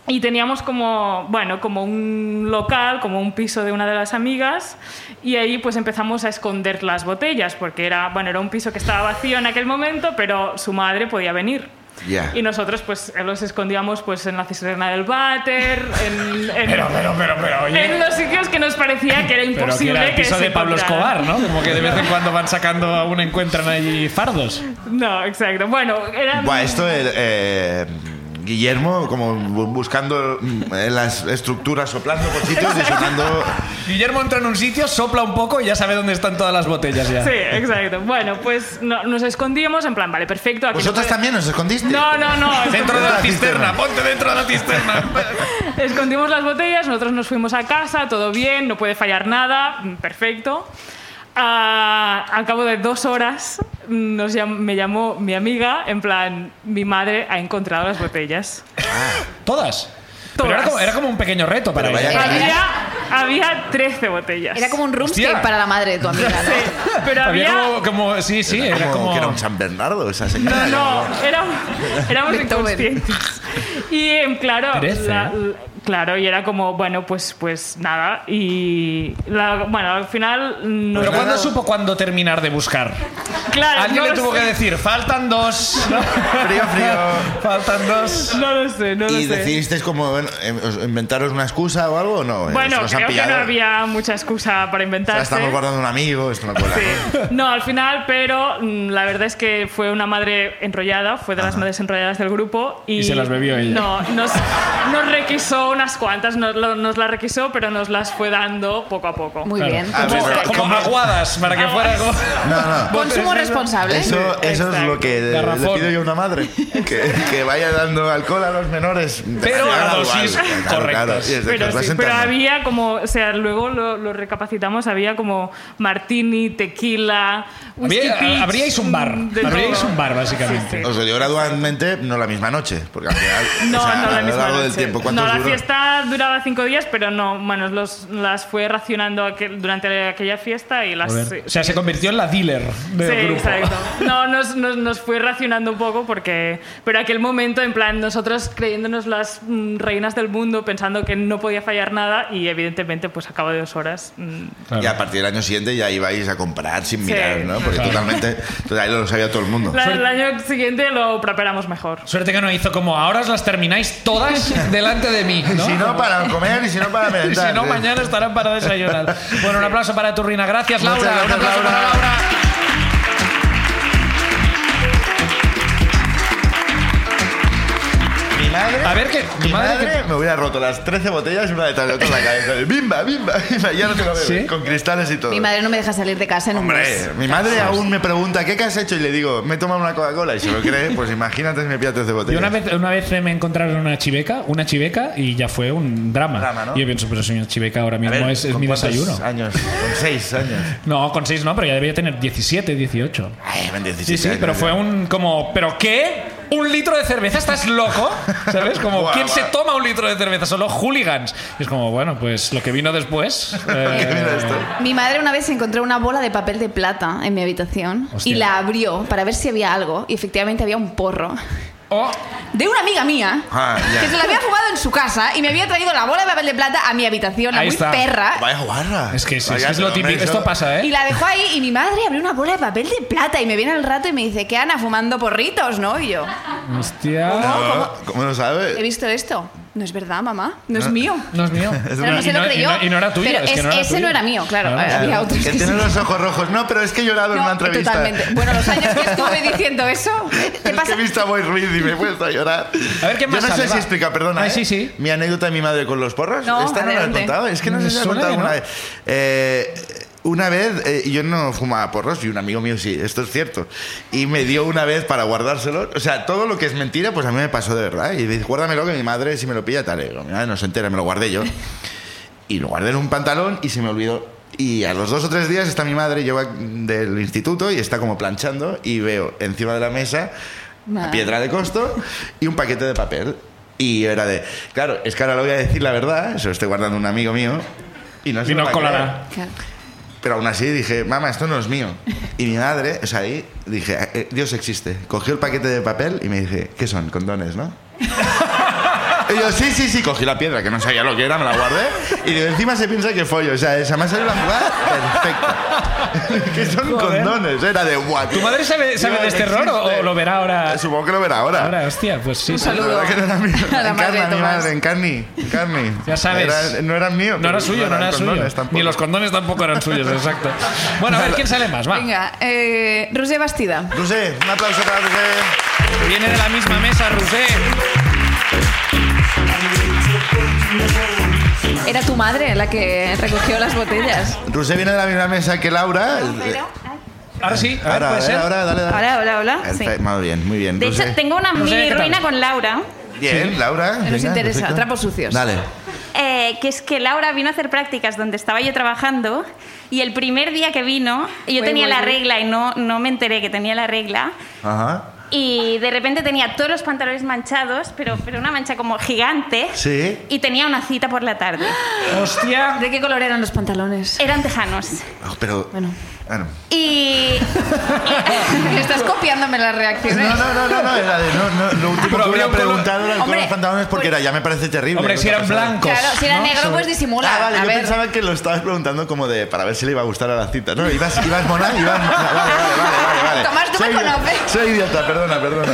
Speaker 6: Y teníamos como, bueno, como un local, como un piso de una de las amigas, y ahí pues empezamos a esconder las botellas, porque era, bueno, era un piso que estaba vacío en aquel momento, pero su madre podía venir.
Speaker 2: Ya.
Speaker 6: Y nosotros pues los escondíamos pues en la cisterna del váter, en, en-
Speaker 1: Pero, pero, pero, pero, oye.
Speaker 6: en los sitios que nos parecía que
Speaker 1: Pero
Speaker 6: era
Speaker 1: que
Speaker 6: imposible
Speaker 1: era el piso
Speaker 6: se
Speaker 1: de Pablo
Speaker 6: encontraran.
Speaker 1: Escobar, ¿no? Como que de vez en cuando van sacando a uno encuentran allí fardos.
Speaker 6: No, exacto. Bueno, era...
Speaker 2: Buah, esto el, eh, Guillermo como bu- buscando mm, eh, las estructuras, soplando por sitios y sonando...
Speaker 1: Guillermo entra en un sitio, sopla un poco y ya sabe dónde están todas las botellas ya.
Speaker 6: Sí, exacto. Bueno, pues no- nos escondíamos en plan, vale, perfecto. aquí no
Speaker 2: ¿Vosotros
Speaker 6: puede-
Speaker 2: también os escondiste?
Speaker 6: No, no, no.
Speaker 1: Dentro de
Speaker 2: Dentro
Speaker 1: la
Speaker 2: de la
Speaker 1: cisterna,
Speaker 2: cisterna.
Speaker 1: ponte dentro de la cisterna.
Speaker 6: Escondimos las botellas, nosotros nos fuimos a casa, todo bien, no puede fallar nada, mm, perfecto. Ah, al cabo de dos horas mm, nos llam- me llamó mi amiga, en plan, mi madre ha encontrado las botellas.
Speaker 1: Todas. Pero era
Speaker 6: Todas.
Speaker 1: como, era como un pequeño reto para
Speaker 2: Pero
Speaker 1: ella.
Speaker 2: vaya-
Speaker 6: Había, había 13 botellas.
Speaker 3: Era como un roomscape
Speaker 1: Hostia.
Speaker 3: para la madre de tu amiga, ¿no?
Speaker 6: Sí, pero había...
Speaker 1: Había como, como- Sí, sí,
Speaker 2: Era
Speaker 1: era
Speaker 2: como,
Speaker 1: como...
Speaker 2: que era un San Bernardo esa
Speaker 6: No,
Speaker 2: señora.
Speaker 6: no, éramos, éramos
Speaker 3: Beethoven.
Speaker 6: inconscientes. Y em, claro,
Speaker 1: Trece,
Speaker 6: la-
Speaker 1: ¿eh?
Speaker 6: la- claro, y era como, bueno, pues, pues nada. Y la- bueno, al final no.
Speaker 1: Pero ¿cuándo supo cuándo terminar de buscar?
Speaker 6: claro,
Speaker 1: Alguien
Speaker 6: no
Speaker 1: le
Speaker 6: lo
Speaker 1: tuvo
Speaker 6: sé.
Speaker 1: que decir, faltan dos.
Speaker 2: Frío, frío.
Speaker 1: faltan dos.
Speaker 6: No lo sé, no lo
Speaker 2: ¿Y
Speaker 6: sé.
Speaker 2: decidisteis como bueno, em, os- inventaros una excusa o algo o no? Eh,
Speaker 6: bueno,
Speaker 2: os los han
Speaker 6: creo que no
Speaker 2: pillado.
Speaker 6: había mucha excusa para
Speaker 2: O sea,
Speaker 6: inventarse.
Speaker 2: estamos guardando un amigo, esto no cuela.
Speaker 6: Sí. No, al final, pero mm, la verdad es que fue una madre enrollada, fue de las madres enrolladas del grupo. Y,
Speaker 1: Y se las bebió ella.
Speaker 6: No, nos, nos requisó unas cuantas, nos, lo- nos las requisó, pero nos las fue dando poco a poco.
Speaker 3: Muy
Speaker 1: Claro.
Speaker 3: bien.
Speaker 2: A ver,
Speaker 3: Como-
Speaker 2: pero-
Speaker 3: como-
Speaker 1: Como aguadas, para que fuera como...
Speaker 2: No, no.
Speaker 3: Consumo responsable.
Speaker 2: Eso, eso es lo que le
Speaker 1: Garrafón.
Speaker 2: pido yo a una madre. Que, que vaya dando alcohol a los menores.
Speaker 1: Pero a
Speaker 2: Gradual.
Speaker 1: dosis correctas.
Speaker 2: y desde que
Speaker 6: Pero,
Speaker 2: os vas
Speaker 6: sí, pero
Speaker 2: enterando.
Speaker 6: había como, o sea, luego lo, lo recapacitamos, había como martini, tequila, whisky
Speaker 1: Habría-
Speaker 6: peach,
Speaker 1: Habríais un bar.
Speaker 6: mm, de
Speaker 1: Habríais
Speaker 6: todo.
Speaker 1: un bar, básicamente.
Speaker 6: Sí, sí.
Speaker 2: Os lo dio gradualmente, no la misma noche, porque al final.
Speaker 6: No,
Speaker 2: o sea,
Speaker 6: no la
Speaker 2: a lo
Speaker 6: misma
Speaker 2: largo
Speaker 6: noche.
Speaker 2: del tiempo, ¿cuánto
Speaker 6: no, la
Speaker 2: duró?
Speaker 6: fiesta duraba cinco días, pero no, bueno, los, las fue racionando aquel- durante aquella fiesta y las...
Speaker 1: Joder. O sea, se convirtió en la dealer
Speaker 6: Sí,
Speaker 1: del grupo.
Speaker 6: exacto. No, nos, nos, nos fue racionando un poco porque... Pero aquel momento, en plan, nosotros creyéndonos las mm, reinas del mundo, pensando que no podía fallar nada y evidentemente, pues a cabo de dos horas... mm,
Speaker 1: Claro.
Speaker 2: Y a partir del año siguiente ya ibais a comprar sin
Speaker 6: Sí.
Speaker 2: mirar, ¿no? Porque totalmente. Entonces ahí lo sabía todo el mundo.
Speaker 6: la- el año siguiente lo preparamos mejor.
Speaker 1: Suerte que no hizo como ahora os las termináis todas delante de mí, ¿no?
Speaker 2: Si no para comer y si no para
Speaker 1: Y
Speaker 2: merendar.
Speaker 1: si no, mañana estarán para desayunar. Bueno, un aplauso para Turrina. Gracias, Laura.
Speaker 2: Muchas
Speaker 1: un
Speaker 2: gracias,
Speaker 1: aplauso para
Speaker 2: Laura.
Speaker 1: Laura.
Speaker 2: Mi madre.
Speaker 1: A ver, que-
Speaker 2: Mi
Speaker 1: tu madre
Speaker 2: madre, me hubiera roto las 13 botellas y una detrás de otra en la cabeza. Bimba, bimba, bimba. Ya no tengo que
Speaker 1: ¿Sí?
Speaker 2: ver. Con cristales y todo.
Speaker 3: Mi madre no me deja salir de casa en un mes.
Speaker 2: Hombre, mi madre aún me pregunta ¿qué, qué has hecho? Y le digo, me he tomado una Coca-Cola y se lo cree, pues imagínate si me pilla 13
Speaker 1: Yo
Speaker 2: botellas.
Speaker 1: una vez, una vez me encontraron una chiveca, una chiveca y ya fue un drama.
Speaker 2: Drama, ¿no?
Speaker 1: Y yo pienso, pero señor chiveca ahora
Speaker 2: A
Speaker 1: mismo
Speaker 2: ver,
Speaker 1: es, es
Speaker 2: ¿con
Speaker 1: mi
Speaker 2: cuántos
Speaker 1: desayuno.
Speaker 2: años? Con 6 años.
Speaker 1: No, con 6 no, pero ya debía tener 17, 18.
Speaker 2: Ay, eran 17
Speaker 1: Sí, sí,
Speaker 2: años, ¿eh?
Speaker 1: pero
Speaker 2: Ah, ya.
Speaker 1: fue un como, ¿pero qué? ¿Un litro de cerveza? ¿Estás loco? ¿Sabes? Como,
Speaker 2: Guau,
Speaker 1: ¿quién se
Speaker 2: guau.
Speaker 1: toma un litro de cerveza? Solo hooligans. Y es como, bueno, pues lo que vino después. eh,
Speaker 2: ¿Qué mira esto?
Speaker 3: Mi madre una vez encontró una bola de papel de plata en mi habitación
Speaker 1: Hostia.
Speaker 3: y la abrió para ver si había algo y efectivamente había un porro
Speaker 1: o-
Speaker 3: de una amiga mía
Speaker 2: Ah, ya.
Speaker 3: que se la había fumado en su casa y me había traído la bola de papel de plata a mi habitación, la
Speaker 1: Ahí
Speaker 3: muy
Speaker 1: está.
Speaker 3: perra.
Speaker 2: Vaya guarra.
Speaker 1: es que sí, es,
Speaker 2: Vaya,
Speaker 1: que es lo
Speaker 2: hombre,
Speaker 1: típico.
Speaker 2: eso-
Speaker 1: Esto pasa,
Speaker 3: Y
Speaker 1: ¿eh?
Speaker 3: la dejó ahí y mi madre abrió una bola de papel de plata y me viene al rato y me dice que Ana fumando porritos, ¿no? Y yo,
Speaker 1: Hostia.
Speaker 2: No, ¿Cómo lo
Speaker 3: Ah, he
Speaker 2: sabe?
Speaker 3: visto esto. No es verdad, mamá, no es mío.
Speaker 1: No es mío.
Speaker 3: Claro, no se lo
Speaker 1: y
Speaker 3: creyó.
Speaker 1: y no era tuyo.
Speaker 3: Pero
Speaker 1: es que
Speaker 3: es-
Speaker 1: no era
Speaker 3: ese
Speaker 1: tuyo.
Speaker 3: no era mío, claro. había otros
Speaker 2: Ah, que
Speaker 3: que
Speaker 2: tiene
Speaker 3: sí.
Speaker 2: los ojos rojos. No, pero es que he llorado en
Speaker 3: No,
Speaker 2: una entrevista.
Speaker 3: Totalmente. Bueno, los años que estuve diciendo eso, te
Speaker 2: Es que
Speaker 3: pasa.
Speaker 2: he visto a Boy Reed y me he puesto a llorar.
Speaker 1: A ver, ¿qué más
Speaker 2: Yo no
Speaker 1: sale,
Speaker 2: sé
Speaker 1: va?
Speaker 2: si explica, perdona.
Speaker 1: Ah,
Speaker 2: ¿eh?
Speaker 1: sí, sí.
Speaker 2: Mi anécdota de mi madre con los porros.
Speaker 3: No,
Speaker 2: Esta no la he
Speaker 3: adelante.
Speaker 2: contado. Es que no
Speaker 1: Me
Speaker 2: sé si la he
Speaker 1: suena
Speaker 2: contado
Speaker 1: que
Speaker 2: alguna
Speaker 1: no.
Speaker 2: vez. Eh, una vez eh, yo no fumaba porros y un amigo mío sí, esto es cierto. Y me dio una vez para guardárselo. O sea, todo lo que es mentira, pues a mí me pasó de verdad. Y me dice, guárdamelo que mi madre si me lo pilla tal. Y digo, mi madre no se entera, me lo guardé yo. Y lo guardé en un pantalón y se me olvidó. Y a los dos o tres días está mi madre, lleva del instituto y está como planchando y veo encima de la mesa una
Speaker 3: Madre.
Speaker 2: piedra de costo y un paquete de papel. Y yo era de, claro, es que ahora le voy a decir la verdad, se lo estoy guardando a un amigo mío. Y no, se
Speaker 1: Y
Speaker 2: lo
Speaker 1: no
Speaker 2: va a creer.
Speaker 1: colará.
Speaker 3: Claro.
Speaker 2: Pero aún así dije, mamá, esto no es mío. Y mi madre, o sea, ahí dije, "Eh, Dios existe. Cogió el paquete de papel y me dije, ¿qué son? Condones, ¿no? Y yo, sí, sí, sí, cogí la piedra, que no sabía lo que era, me la guardé. Y de encima se piensa que follo, o sea, esa me ha salido la jugada perfecta. que son
Speaker 1: Joder.
Speaker 2: condones, era de guapo.
Speaker 1: ¿Tu madre sabe, sabe de este error o, o lo verá ahora?
Speaker 2: Eh, Supongo que lo verá ahora.
Speaker 1: Ahora, hostia, pues sí. sí.
Speaker 2: La verdad que no era mío.
Speaker 3: A la
Speaker 2: En
Speaker 3: madre
Speaker 2: carne,
Speaker 3: de
Speaker 2: mi
Speaker 3: Tomás.
Speaker 2: madre, en carne, en carne.
Speaker 1: Ya sabes.
Speaker 2: Era- no era mío.
Speaker 1: No era
Speaker 2: pero
Speaker 1: suyo, no
Speaker 2: eran
Speaker 1: era suyo.
Speaker 2: condones tampoco.
Speaker 1: Ni los condones tampoco eran suyos, exacto. Bueno, a ver quién sale más, va.
Speaker 3: Vinga, eh, Roser Bastida.
Speaker 2: Roser, un aplauso para Roser.
Speaker 1: Viene de la misma mesa, Rusé.
Speaker 3: Era tu madre la que recogió las botellas.
Speaker 2: Rusé viene de la misma mesa que
Speaker 3: Ah,
Speaker 2: Laura.
Speaker 1: Ahora sí, a ver,
Speaker 2: Ahora,
Speaker 1: Ah, puede
Speaker 2: ahora,
Speaker 1: ser.
Speaker 2: ahora, dale, dale.
Speaker 3: Hola, hola, hola. Sí.
Speaker 2: Perfecto, Muy bien, muy bien.
Speaker 3: De hecho,
Speaker 2: Rusé.
Speaker 7: Tengo una
Speaker 1: No sé,
Speaker 7: mini
Speaker 1: ¿qué tal?
Speaker 7: ruina con Laura,
Speaker 2: Bien, Laura.
Speaker 3: Nos
Speaker 2: venga,
Speaker 3: interesa,
Speaker 2: perfecto.
Speaker 3: trapos sucios.
Speaker 2: Dale.
Speaker 7: eh, que es que Laura vino a hacer prácticas donde estaba yo trabajando y el primer día que vino
Speaker 3: Uy,
Speaker 7: yo tenía
Speaker 3: uy,
Speaker 7: la
Speaker 3: uy.
Speaker 7: regla y no, no me enteré que tenía la regla
Speaker 2: Ajá.
Speaker 7: y de repente tenía todos los pantalones manchados, pero, pero una mancha como gigante
Speaker 2: Sí.
Speaker 7: y tenía una cita por la tarde.
Speaker 1: Hostia.
Speaker 3: ¿De qué color eran los pantalones?
Speaker 7: Eran tejanos.
Speaker 2: Oh, pero.
Speaker 3: Bueno.
Speaker 2: Ah, no.
Speaker 7: Y...
Speaker 3: Estás copiándome las reacciones.
Speaker 2: No, no, no, no, no, era de, no, no, lo último
Speaker 1: Pero
Speaker 2: que
Speaker 1: habría
Speaker 2: hubiera
Speaker 1: un color-
Speaker 2: preguntado era el color de
Speaker 3: Hombre, pues-
Speaker 2: los pantalones porque era, ya me parece terrible.
Speaker 1: Hombre,
Speaker 2: ¿no?
Speaker 1: si eran
Speaker 2: Pasada.
Speaker 1: blancos.
Speaker 3: Claro, si era
Speaker 1: ¿no?
Speaker 3: negro,
Speaker 1: Sobre-
Speaker 3: pues disimula.
Speaker 2: Ah, vale,
Speaker 3: a
Speaker 2: yo
Speaker 3: ver.
Speaker 2: pensaba que lo estabas preguntando como de para ver si le iba a gustar a la cita. No, ibas, ibas mona, ibas. Vale, vale, vale, vale, vale.
Speaker 3: Tomás, tú me
Speaker 2: Soy-
Speaker 3: conoces.
Speaker 2: Soy idiota, perdona, perdona.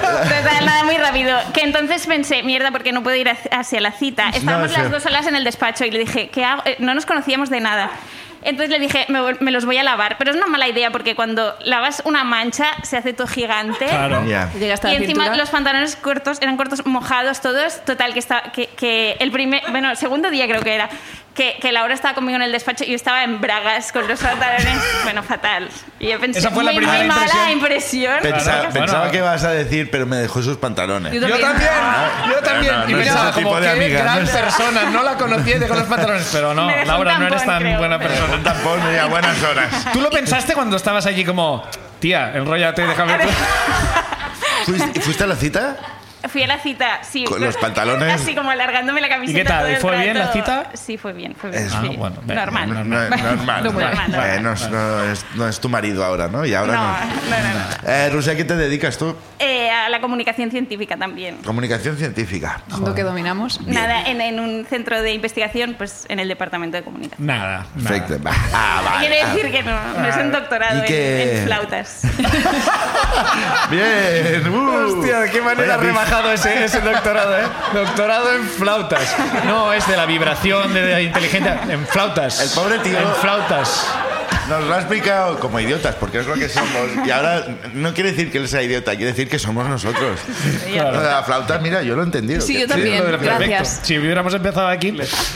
Speaker 7: Total, nada, muy rápido. Que entonces pensé, mierda, porque no puedo ir hacia- hacia la cita. Estábamos
Speaker 2: No, sí.
Speaker 7: las dos solas en el despacho y le dije, ¿qué hago? Eh, No nos conocíamos de nada. Entonces le dije, me, vol- me los voy a lavar. Pero es una mala idea porque cuando lavas una mancha se hace todo gigante.
Speaker 1: Claro.
Speaker 2: Ya.
Speaker 3: Llega hasta
Speaker 7: Y
Speaker 3: la
Speaker 7: encima
Speaker 3: cintura.
Speaker 7: los pantalones cortos eran cortos mojados todos. Total, que, está, que, que el primer, bueno, el segundo día creo que era, que, que Laura estaba conmigo en el despacho y yo estaba en bragas con los pantalones. Bueno, fatal. Y yo pensé,
Speaker 1: Esa fue la
Speaker 7: muy,
Speaker 1: primera
Speaker 7: muy mala
Speaker 1: impresión.
Speaker 7: impresión.
Speaker 2: Pensaba,
Speaker 1: Claro,
Speaker 2: pensaba
Speaker 1: bueno.
Speaker 2: que ibas a decir, pero me dejó sus pantalones.
Speaker 1: Yo también, yo también.
Speaker 2: no, Ah, no
Speaker 1: y
Speaker 2: es
Speaker 1: pensaba,
Speaker 2: ese tipo
Speaker 1: como
Speaker 2: de
Speaker 1: qué
Speaker 2: amiga, no
Speaker 1: gran
Speaker 2: es-
Speaker 1: persona, no la conocí de con los pantalones, pero no,
Speaker 7: Me dejó un
Speaker 1: Laura, no eres
Speaker 7: tampón,
Speaker 1: tan
Speaker 7: creo.
Speaker 1: buena persona.
Speaker 2: Un tampón, media buenas horas.
Speaker 1: ¿Tú lo pensaste cuando estabas allí como, tía, enróllate, déjame...
Speaker 2: ¿Fuiste, fuiste a la cita?
Speaker 7: Fui a la cita, sí.
Speaker 2: Con los pantalones.
Speaker 7: Así como alargándome la camiseta.
Speaker 1: ¿Y qué tal?
Speaker 7: todo el
Speaker 1: ¿Fue bien la
Speaker 7: rato.
Speaker 1: cita?
Speaker 7: Sí, fue bien, fue bien.
Speaker 2: Es-
Speaker 7: sí.
Speaker 1: Ah, bueno, bien,
Speaker 7: normal.
Speaker 2: No, no, normal.
Speaker 7: Normal,
Speaker 2: Eh,
Speaker 7: normal.
Speaker 2: no, es- no es, no es tu marido ahora, ¿no? Y ahora
Speaker 7: No,
Speaker 2: no.
Speaker 7: no, no, no.
Speaker 2: Eh, Rusia, ¿a qué te dedicas tú?
Speaker 7: Eh, a la comunicación científica también.
Speaker 2: Comunicación científica.
Speaker 3: Lo que dominamos.
Speaker 7: Nada, en, en un centro de investigación, pues en el departamento de comunicación.
Speaker 1: Nada, nada.
Speaker 2: Perfecto. Va. Ah, vale.
Speaker 7: Quiere decir que no, no es un
Speaker 2: ¿Y
Speaker 7: doctorado en,
Speaker 2: qué?
Speaker 7: en flautas.
Speaker 2: Ah, Bien. Uh.
Speaker 1: Hostia, de qué manera
Speaker 2: Vaya
Speaker 1: ha
Speaker 2: pif.
Speaker 1: rebajado ese, ese doctorado, ¿eh? Doctorado en flautas. No, es de la vibración, de la inteligencia. En flautas.
Speaker 2: El pobre tío.
Speaker 1: En flautas.
Speaker 2: Nos lo ha explicado como idiotas, porque es lo que somos. Y ahora no quiere decir que él sea idiota, quiere decir que somos nosotros.
Speaker 1: Claro.
Speaker 2: Lo de la flauta, mira, yo lo he entendido.
Speaker 3: Sí, yo
Speaker 1: Lo
Speaker 3: también.
Speaker 1: del- Perfecto.
Speaker 3: Gracias.
Speaker 1: Si hubiéramos empezado aquí.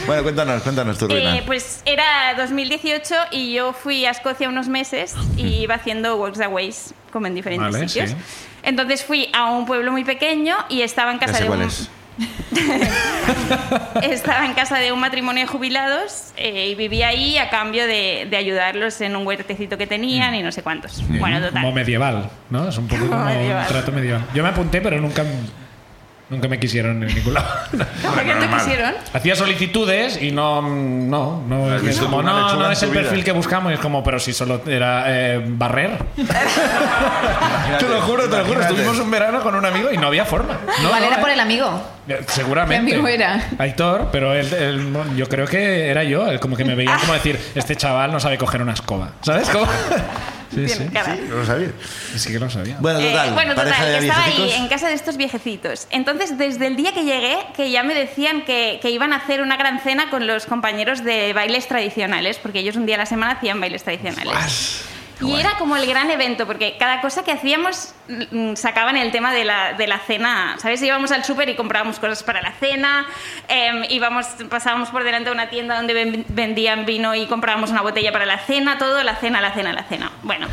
Speaker 2: Bueno, cuéntanos, cuéntanos tu ruina.
Speaker 7: Eh, pues era 2018 y yo fui a Escocia unos meses
Speaker 2: Mm.
Speaker 7: y iba haciendo walks aways como en diferentes
Speaker 1: Vale,
Speaker 7: sitios.
Speaker 1: sí.
Speaker 7: Entonces fui a un pueblo muy pequeño y estaba en
Speaker 2: Ya
Speaker 7: casa
Speaker 2: sé
Speaker 7: de
Speaker 2: cuál
Speaker 7: un,
Speaker 2: es.
Speaker 7: Estaba en casa de un matrimonio de jubilados eh, y vivía ahí a cambio de, de ayudarlos en un huertecito que tenían y no sé cuántos. Bueno,
Speaker 1: Como
Speaker 7: total.
Speaker 1: medieval, ¿no? Es un poco como un
Speaker 7: medieval.
Speaker 1: trato medieval. Yo me apunté, pero nunca, nunca me quisieron en ningún lado.
Speaker 3: ¿Por qué no te quisieron?
Speaker 1: Hacía solicitudes y no. No, no es,
Speaker 2: visto
Speaker 1: como,
Speaker 2: como una
Speaker 1: no,
Speaker 2: lechuga
Speaker 1: no
Speaker 2: en
Speaker 1: es
Speaker 2: tu
Speaker 1: el
Speaker 2: vida.
Speaker 1: perfil que buscamos. Y es como, pero si solo era eh, barrer. te lo juro, te lo juro.
Speaker 2: Imagínate.
Speaker 1: Estuvimos un verano con un amigo y no había forma. No,
Speaker 3: Vale,
Speaker 1: no,
Speaker 3: era por
Speaker 1: eh.
Speaker 3: el amigo.
Speaker 1: Eh, Seguramente.
Speaker 3: ¿Qué amigo era?
Speaker 1: Aitor, pero él, él- no, yo creo que era yo. él Como que me
Speaker 3: Ah.
Speaker 1: veía como decir, este chaval no sabe coger una escoba. ¿Sabes cómo? Sí, sí.
Speaker 7: Bien, cara.
Speaker 2: No lo sabía.
Speaker 1: Sí que lo sabía.
Speaker 2: Bueno,
Speaker 7: Eh,
Speaker 2: total.
Speaker 7: bueno,
Speaker 2: pareja
Speaker 7: total,
Speaker 2: de
Speaker 7: que estaba ahí
Speaker 2: viejecicos.
Speaker 7: en casa de estos viejecitos. Entonces, desde el día que llegué, que ya me decían que, que iban a hacer una gran cena con los compañeros de bailes tradicionales, porque ellos un día a la semana hacían bailes tradicionales. Y era como el gran evento, porque cada cosa que hacíamos mm, sacaban el tema de la, de la cena. ¿Sabes? Íbamos al súper y comprábamos cosas para la cena, em, íbamos, pasábamos por delante de una tienda donde ven- vendían vino y comprábamos una botella para la cena, todo, la cena, la cena, la cena. Bueno.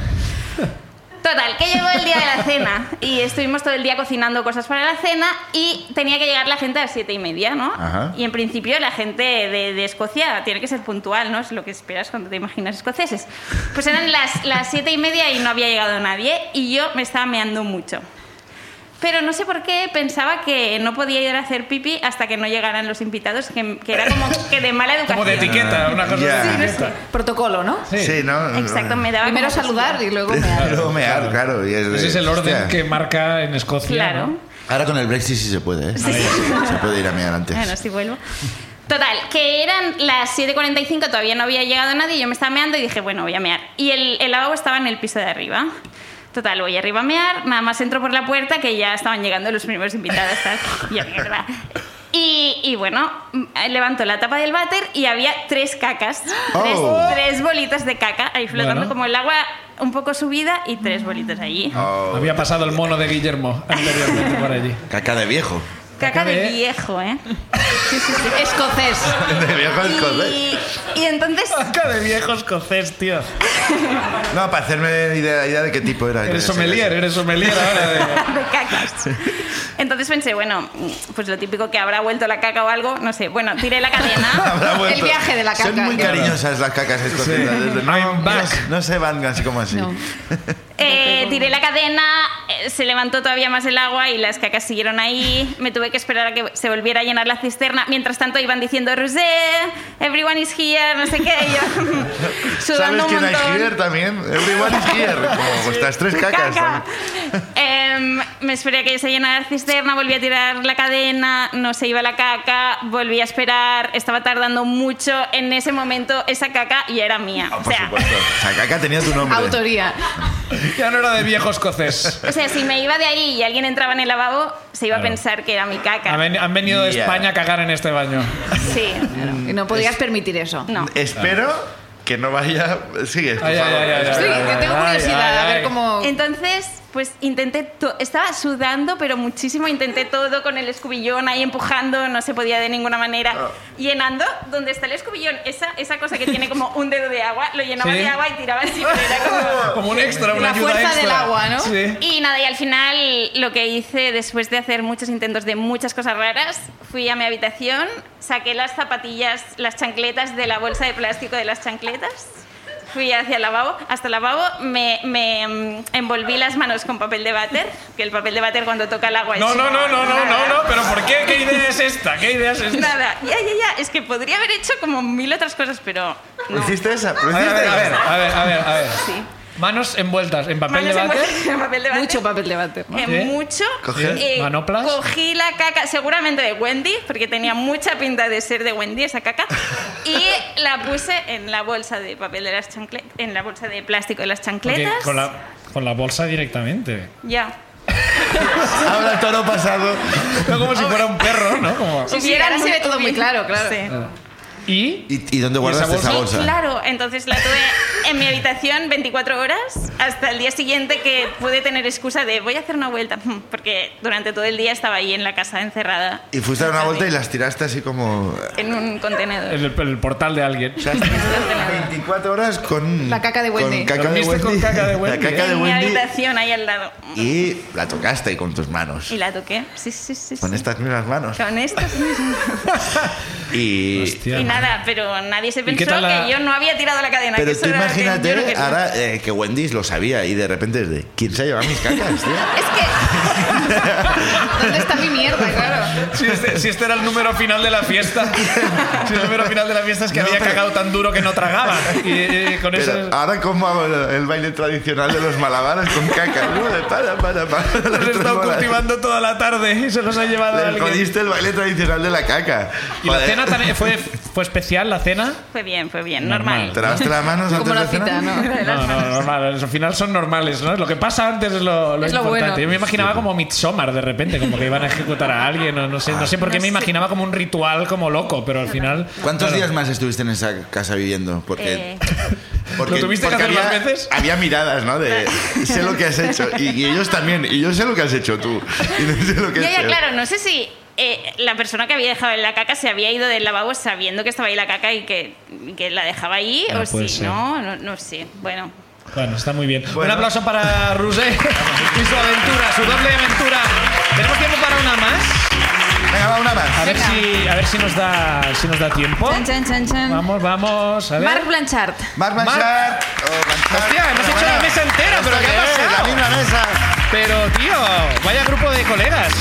Speaker 7: Total, que llegó el día de la cena y estuvimos todo el día cocinando cosas para la cena y tenía que llegar la gente a las siete y media, ¿no?
Speaker 2: Ajá.
Speaker 7: Y en principio la gente de, de Escocia tiene que ser puntual, ¿no? Es lo que esperas cuando te imaginas escoceses. Pues eran las, las siete y media y no había llegado nadie y yo me estaba meando mucho. Pero no sé por qué pensaba que no podía ir a hacer pipi hasta que no llegaran los invitados, que, que era como que de mala educación.
Speaker 1: Como de etiqueta, una cosa
Speaker 2: Ya.
Speaker 1: de
Speaker 2: Sí, no
Speaker 1: etiqueta.
Speaker 3: Protocolo, ¿no?
Speaker 2: Sí, ¿no?
Speaker 7: Exacto, me daba
Speaker 3: Primero
Speaker 7: como
Speaker 3: saludar y luego mear.
Speaker 2: Luego mear, claro. y es de-
Speaker 1: Ese es el orden
Speaker 2: hostia.
Speaker 1: que marca en Escocia.
Speaker 7: Claro.
Speaker 1: ¿no?
Speaker 2: Ahora con el Brexit sí se puede, ¿eh? Sí, se puede ir a mear antes.
Speaker 7: Bueno, si vuelvo. Total, que eran las 7.45, todavía no había llegado nadie, yo me estaba meando y dije, bueno, voy a mear. Y el, el lavabo estaba en el piso de arriba. Total, voy arriba a mear, nada más entro por la puerta que ya estaban llegando los primeros invitados. tal. Y yo, mierda. Y, y bueno, m- levanto la tapa del váter y había tres cacas, tres,
Speaker 2: Oh.
Speaker 7: tres bolitas de caca ahí flotando
Speaker 1: Bueno. Ah.
Speaker 7: como el agua un poco subida y tres bolitas allí.
Speaker 2: Oh,
Speaker 1: Había pasado el mono de Guillermo anteriormente por allí.
Speaker 2: Caca de viejo.
Speaker 7: Caca
Speaker 1: de-
Speaker 7: de viejo, ¿eh?
Speaker 3: Escocés.
Speaker 2: De viejo escocés.
Speaker 7: Y, y entonces
Speaker 1: Caca de viejo escocés, tío.
Speaker 2: No, para hacerme idea, idea de qué tipo era.
Speaker 1: Eres sommelier, eres sommelier ahora. de-
Speaker 7: de cacas. Entonces pensé, bueno, pues lo típico que habrá vuelto la caca o algo, no sé. Bueno, tiré la cadena.
Speaker 2: Habrá vuelto.
Speaker 3: El viaje de la
Speaker 2: Son
Speaker 3: caca.
Speaker 2: muy
Speaker 3: Claro.
Speaker 2: cariñosas las cacas escocesas.
Speaker 1: Sí.
Speaker 2: desde-
Speaker 1: I'm
Speaker 2: no,
Speaker 1: back.
Speaker 2: no se- no se van así como así.
Speaker 3: No.
Speaker 7: eh, tiré la cadena, eh, se levantó todavía más el agua y las cacas siguieron ahí. Me tuve que esperar a que se volviera a llenar la cisterna. Mientras tanto iban diciendo, Rosé, everyone is here, no sé qué. y yo,
Speaker 2: ¿Sabes
Speaker 7: sudando un
Speaker 2: quién hay
Speaker 7: montón.
Speaker 2: here también? Everyone is here. Como vuestras tres cacas.
Speaker 7: Caca.
Speaker 2: ¿no?
Speaker 7: Em, me esperé a que se llenara la cisterna, volví a tirar la cadena, no se iba la caca, volví a esperar, estaba tardando mucho. En ese momento, esa caca ya era mía.
Speaker 2: Ah,
Speaker 7: o,
Speaker 2: por
Speaker 7: sea,
Speaker 2: supuesto. O sea, caca tenía tu nombre.
Speaker 3: Autoría.
Speaker 1: Ya no era de viejo escocés.
Speaker 7: o sea, si me iba de ahí y alguien entraba en el lavabo, se iba a pensar que era mi
Speaker 1: Han
Speaker 7: caca.
Speaker 1: ven- han venido de
Speaker 2: Ya.
Speaker 1: España a cagar en este baño.
Speaker 7: Sí,
Speaker 3: Y no podías permitir eso.
Speaker 7: no.
Speaker 2: Espero que no vaya. Sigue, por
Speaker 1: Ay, ay,
Speaker 2: favor.
Speaker 1: ay, ay, ay.
Speaker 3: Sí, que tengo
Speaker 1: Ay,
Speaker 3: curiosidad
Speaker 1: ay,
Speaker 3: a
Speaker 1: ay.
Speaker 3: ver cómo.
Speaker 7: Entonces, pues intenté, to- estaba sudando, pero muchísimo, intenté todo con el escobillón ahí empujando, no se podía de ninguna manera, llenando, donde está el escobillón, esa, esa cosa que tiene como un dedo de agua, lo llenaba
Speaker 1: Sí.
Speaker 7: de agua y tiraba así, pero era como...
Speaker 1: Como un extra, una
Speaker 3: La
Speaker 1: ayuda
Speaker 3: fuerza
Speaker 1: extra.
Speaker 3: del agua, ¿no?
Speaker 1: Sí.
Speaker 7: Y nada, y al final lo que hice después de hacer muchos intentos de muchas cosas raras, fui a mi habitación, saqué las zapatillas, las chancletas de la bolsa de plástico de las chancletas, fui hacia el lavabo, hasta el lavabo me, me, mm, envolví las manos con papel de váter, que el papel de váter cuando toca el agua es-
Speaker 1: No, no, no, no, no, no, no, pero ¿por qué? ¿Qué idea es esta? ¿Qué idea es esta?
Speaker 7: Pues Nada, ya, ya, ya, es que podría haber hecho como mil otras cosas, pero
Speaker 2: ¿Lo hiciste esa? ¿Lo
Speaker 1: A
Speaker 2: hiciste
Speaker 1: ver, a ver, a ver,
Speaker 2: esa?
Speaker 1: a ver, a ver, a ver.
Speaker 7: sí.
Speaker 1: Manos envueltas en papel
Speaker 7: Manos
Speaker 1: de váter.
Speaker 7: envueltas en papel de váter.
Speaker 3: Mucho papel de váter.
Speaker 2: ¿Ah,
Speaker 3: ¿no?
Speaker 7: Eh,
Speaker 1: ¿Sí?
Speaker 7: mucho.
Speaker 2: Coger.
Speaker 7: Eh,
Speaker 1: ¿Manoplas?
Speaker 7: Cogí la caca, seguramente de Wendy, porque tenía mucha pinta de ser de Wendy esa caca, y la puse en la bolsa de papel de las chancletas, en la bolsa de plástico de las
Speaker 1: Oye,
Speaker 7: chancletas.
Speaker 1: con, la, con la bolsa directamente.
Speaker 7: Ya.
Speaker 2: Ahora toro pasado.
Speaker 1: No como si fuera un perro, ¿no? Como-
Speaker 3: Sí, sí, ahora se ve todo muy claro, claro.
Speaker 7: Sí.
Speaker 1: Y
Speaker 2: ¿Y, y dónde guardaste
Speaker 1: ¿Y esa
Speaker 2: esa Ah. bolsa?
Speaker 7: Y claro, entonces la tuve en mi habitación 24 horas hasta el día siguiente que pude tener excusa de voy a hacer una vuelta, Hmm, porque durante todo el día estaba ahí en la casa encerrada
Speaker 2: Y fuiste a dar una vuelta y las tiraste así como.
Speaker 7: en un contenedor.
Speaker 1: el, el portal de alguien.
Speaker 2: O sea, estás 24 horas con.
Speaker 3: La caca de Wendy.
Speaker 2: Con caca de
Speaker 1: Dormiste
Speaker 2: Wendy.
Speaker 1: con caca de Wendy,
Speaker 2: La caca de
Speaker 7: ¿eh? en mi
Speaker 2: Wendy.
Speaker 7: habitación ahí al lado.
Speaker 2: Y la tocaste con tus manos.
Speaker 7: Y la toqué. Sí, sí, sí.
Speaker 2: Con
Speaker 7: sí.
Speaker 2: estas mismas manos.
Speaker 7: Con estas mismas.
Speaker 2: Y.
Speaker 1: Hostia.
Speaker 7: Y nada, pero nadie se
Speaker 1: qué
Speaker 7: pensó
Speaker 1: tal la-
Speaker 7: que yo no había tirado la cadena. que
Speaker 2: Pero
Speaker 7: eso
Speaker 2: tú
Speaker 7: era lo que- yo lo
Speaker 2: imagínate
Speaker 7: que-
Speaker 2: ahora eh, que Wendy lo sabía y de repente es de ¿quién se ha llevado mis cacas, tío?
Speaker 3: Es que. ¿Dónde está mi mierda? Claro.
Speaker 1: Si este, si este era el número final de la fiesta. Si el número final de la fiesta es que
Speaker 2: No,
Speaker 1: había
Speaker 2: pero-
Speaker 1: cagado tan duro que no tragaba. Y, eh, con eso.
Speaker 2: Pero ah, ahora cómo hago el, el baile tradicional de los malabares con caca. ¿no? De para, para, para. las
Speaker 1: Los Pues he
Speaker 2: tres
Speaker 1: estado
Speaker 2: bolas.
Speaker 1: cultivando toda la tarde y se los ha llevado
Speaker 2: Le
Speaker 1: alguien.
Speaker 2: jodiste el baile tradicional de la caca.
Speaker 1: ¿Y la
Speaker 2: Joder.
Speaker 1: cena también fue, fue especial, la cena?
Speaker 7: Fue bien, fue bien,
Speaker 1: Normal.
Speaker 7: normal.
Speaker 2: ¿Te lavaste las manos antes
Speaker 3: Como la
Speaker 2: de cenar?
Speaker 3: cita, ¿no?
Speaker 1: No, no, normal. Al final son normales, ¿no? Lo que pasa antes es lo, lo
Speaker 3: Es lo
Speaker 1: importante.
Speaker 3: bueno.
Speaker 1: Yo me imaginaba como Midsommar de repente, como que iban a ejecutar a alguien, o no sé, no sé por qué me imaginaba como un ritual como loco, pero al final.
Speaker 2: ¿Cuántos
Speaker 1: claro.
Speaker 2: días más estuviste en esa casa viviendo? Porque,
Speaker 7: Eh,
Speaker 2: porque,
Speaker 1: ¿Lo tuviste que
Speaker 2: porque
Speaker 1: hacer más
Speaker 2: había,
Speaker 1: veces?
Speaker 2: había miradas, ¿no? De sé lo que has hecho. Y, y ellos también. Y yo sé lo que has hecho tú. Y no sé lo que
Speaker 7: ya,
Speaker 2: has
Speaker 7: ya,
Speaker 2: hecho.
Speaker 7: claro, no sé si eh, la persona que había dejado en la caca se había ido del lavabo sabiendo que estaba ahí la caca y que, y que la dejaba ahí,
Speaker 1: Ah,
Speaker 7: o
Speaker 1: puede
Speaker 7: si
Speaker 1: ser.
Speaker 7: no, no, no sé. Bueno,
Speaker 1: Bueno, está muy bien.
Speaker 2: Bueno.
Speaker 1: Un aplauso para Rusé y su aventura, su doble aventura. ¿Tenemos tiempo para una más?
Speaker 2: Venga, va, una más.
Speaker 1: A ver
Speaker 3: Venga.
Speaker 1: si, a ver si nos da, si nos da tiempo.
Speaker 3: Chan, chan, chan, chan.
Speaker 1: Vamos, vamos. A ver.
Speaker 3: Marc Blanchard.
Speaker 2: Marc
Speaker 1: Marc.
Speaker 2: Blanchard. o Blanchard.
Speaker 1: Hostia, hemos hecho la mesa entera, pero ¿qué ha
Speaker 2: ¿Esto es?
Speaker 1: pasado?
Speaker 2: La misma mesa.
Speaker 1: Pero tío, vaya grupo de colegas.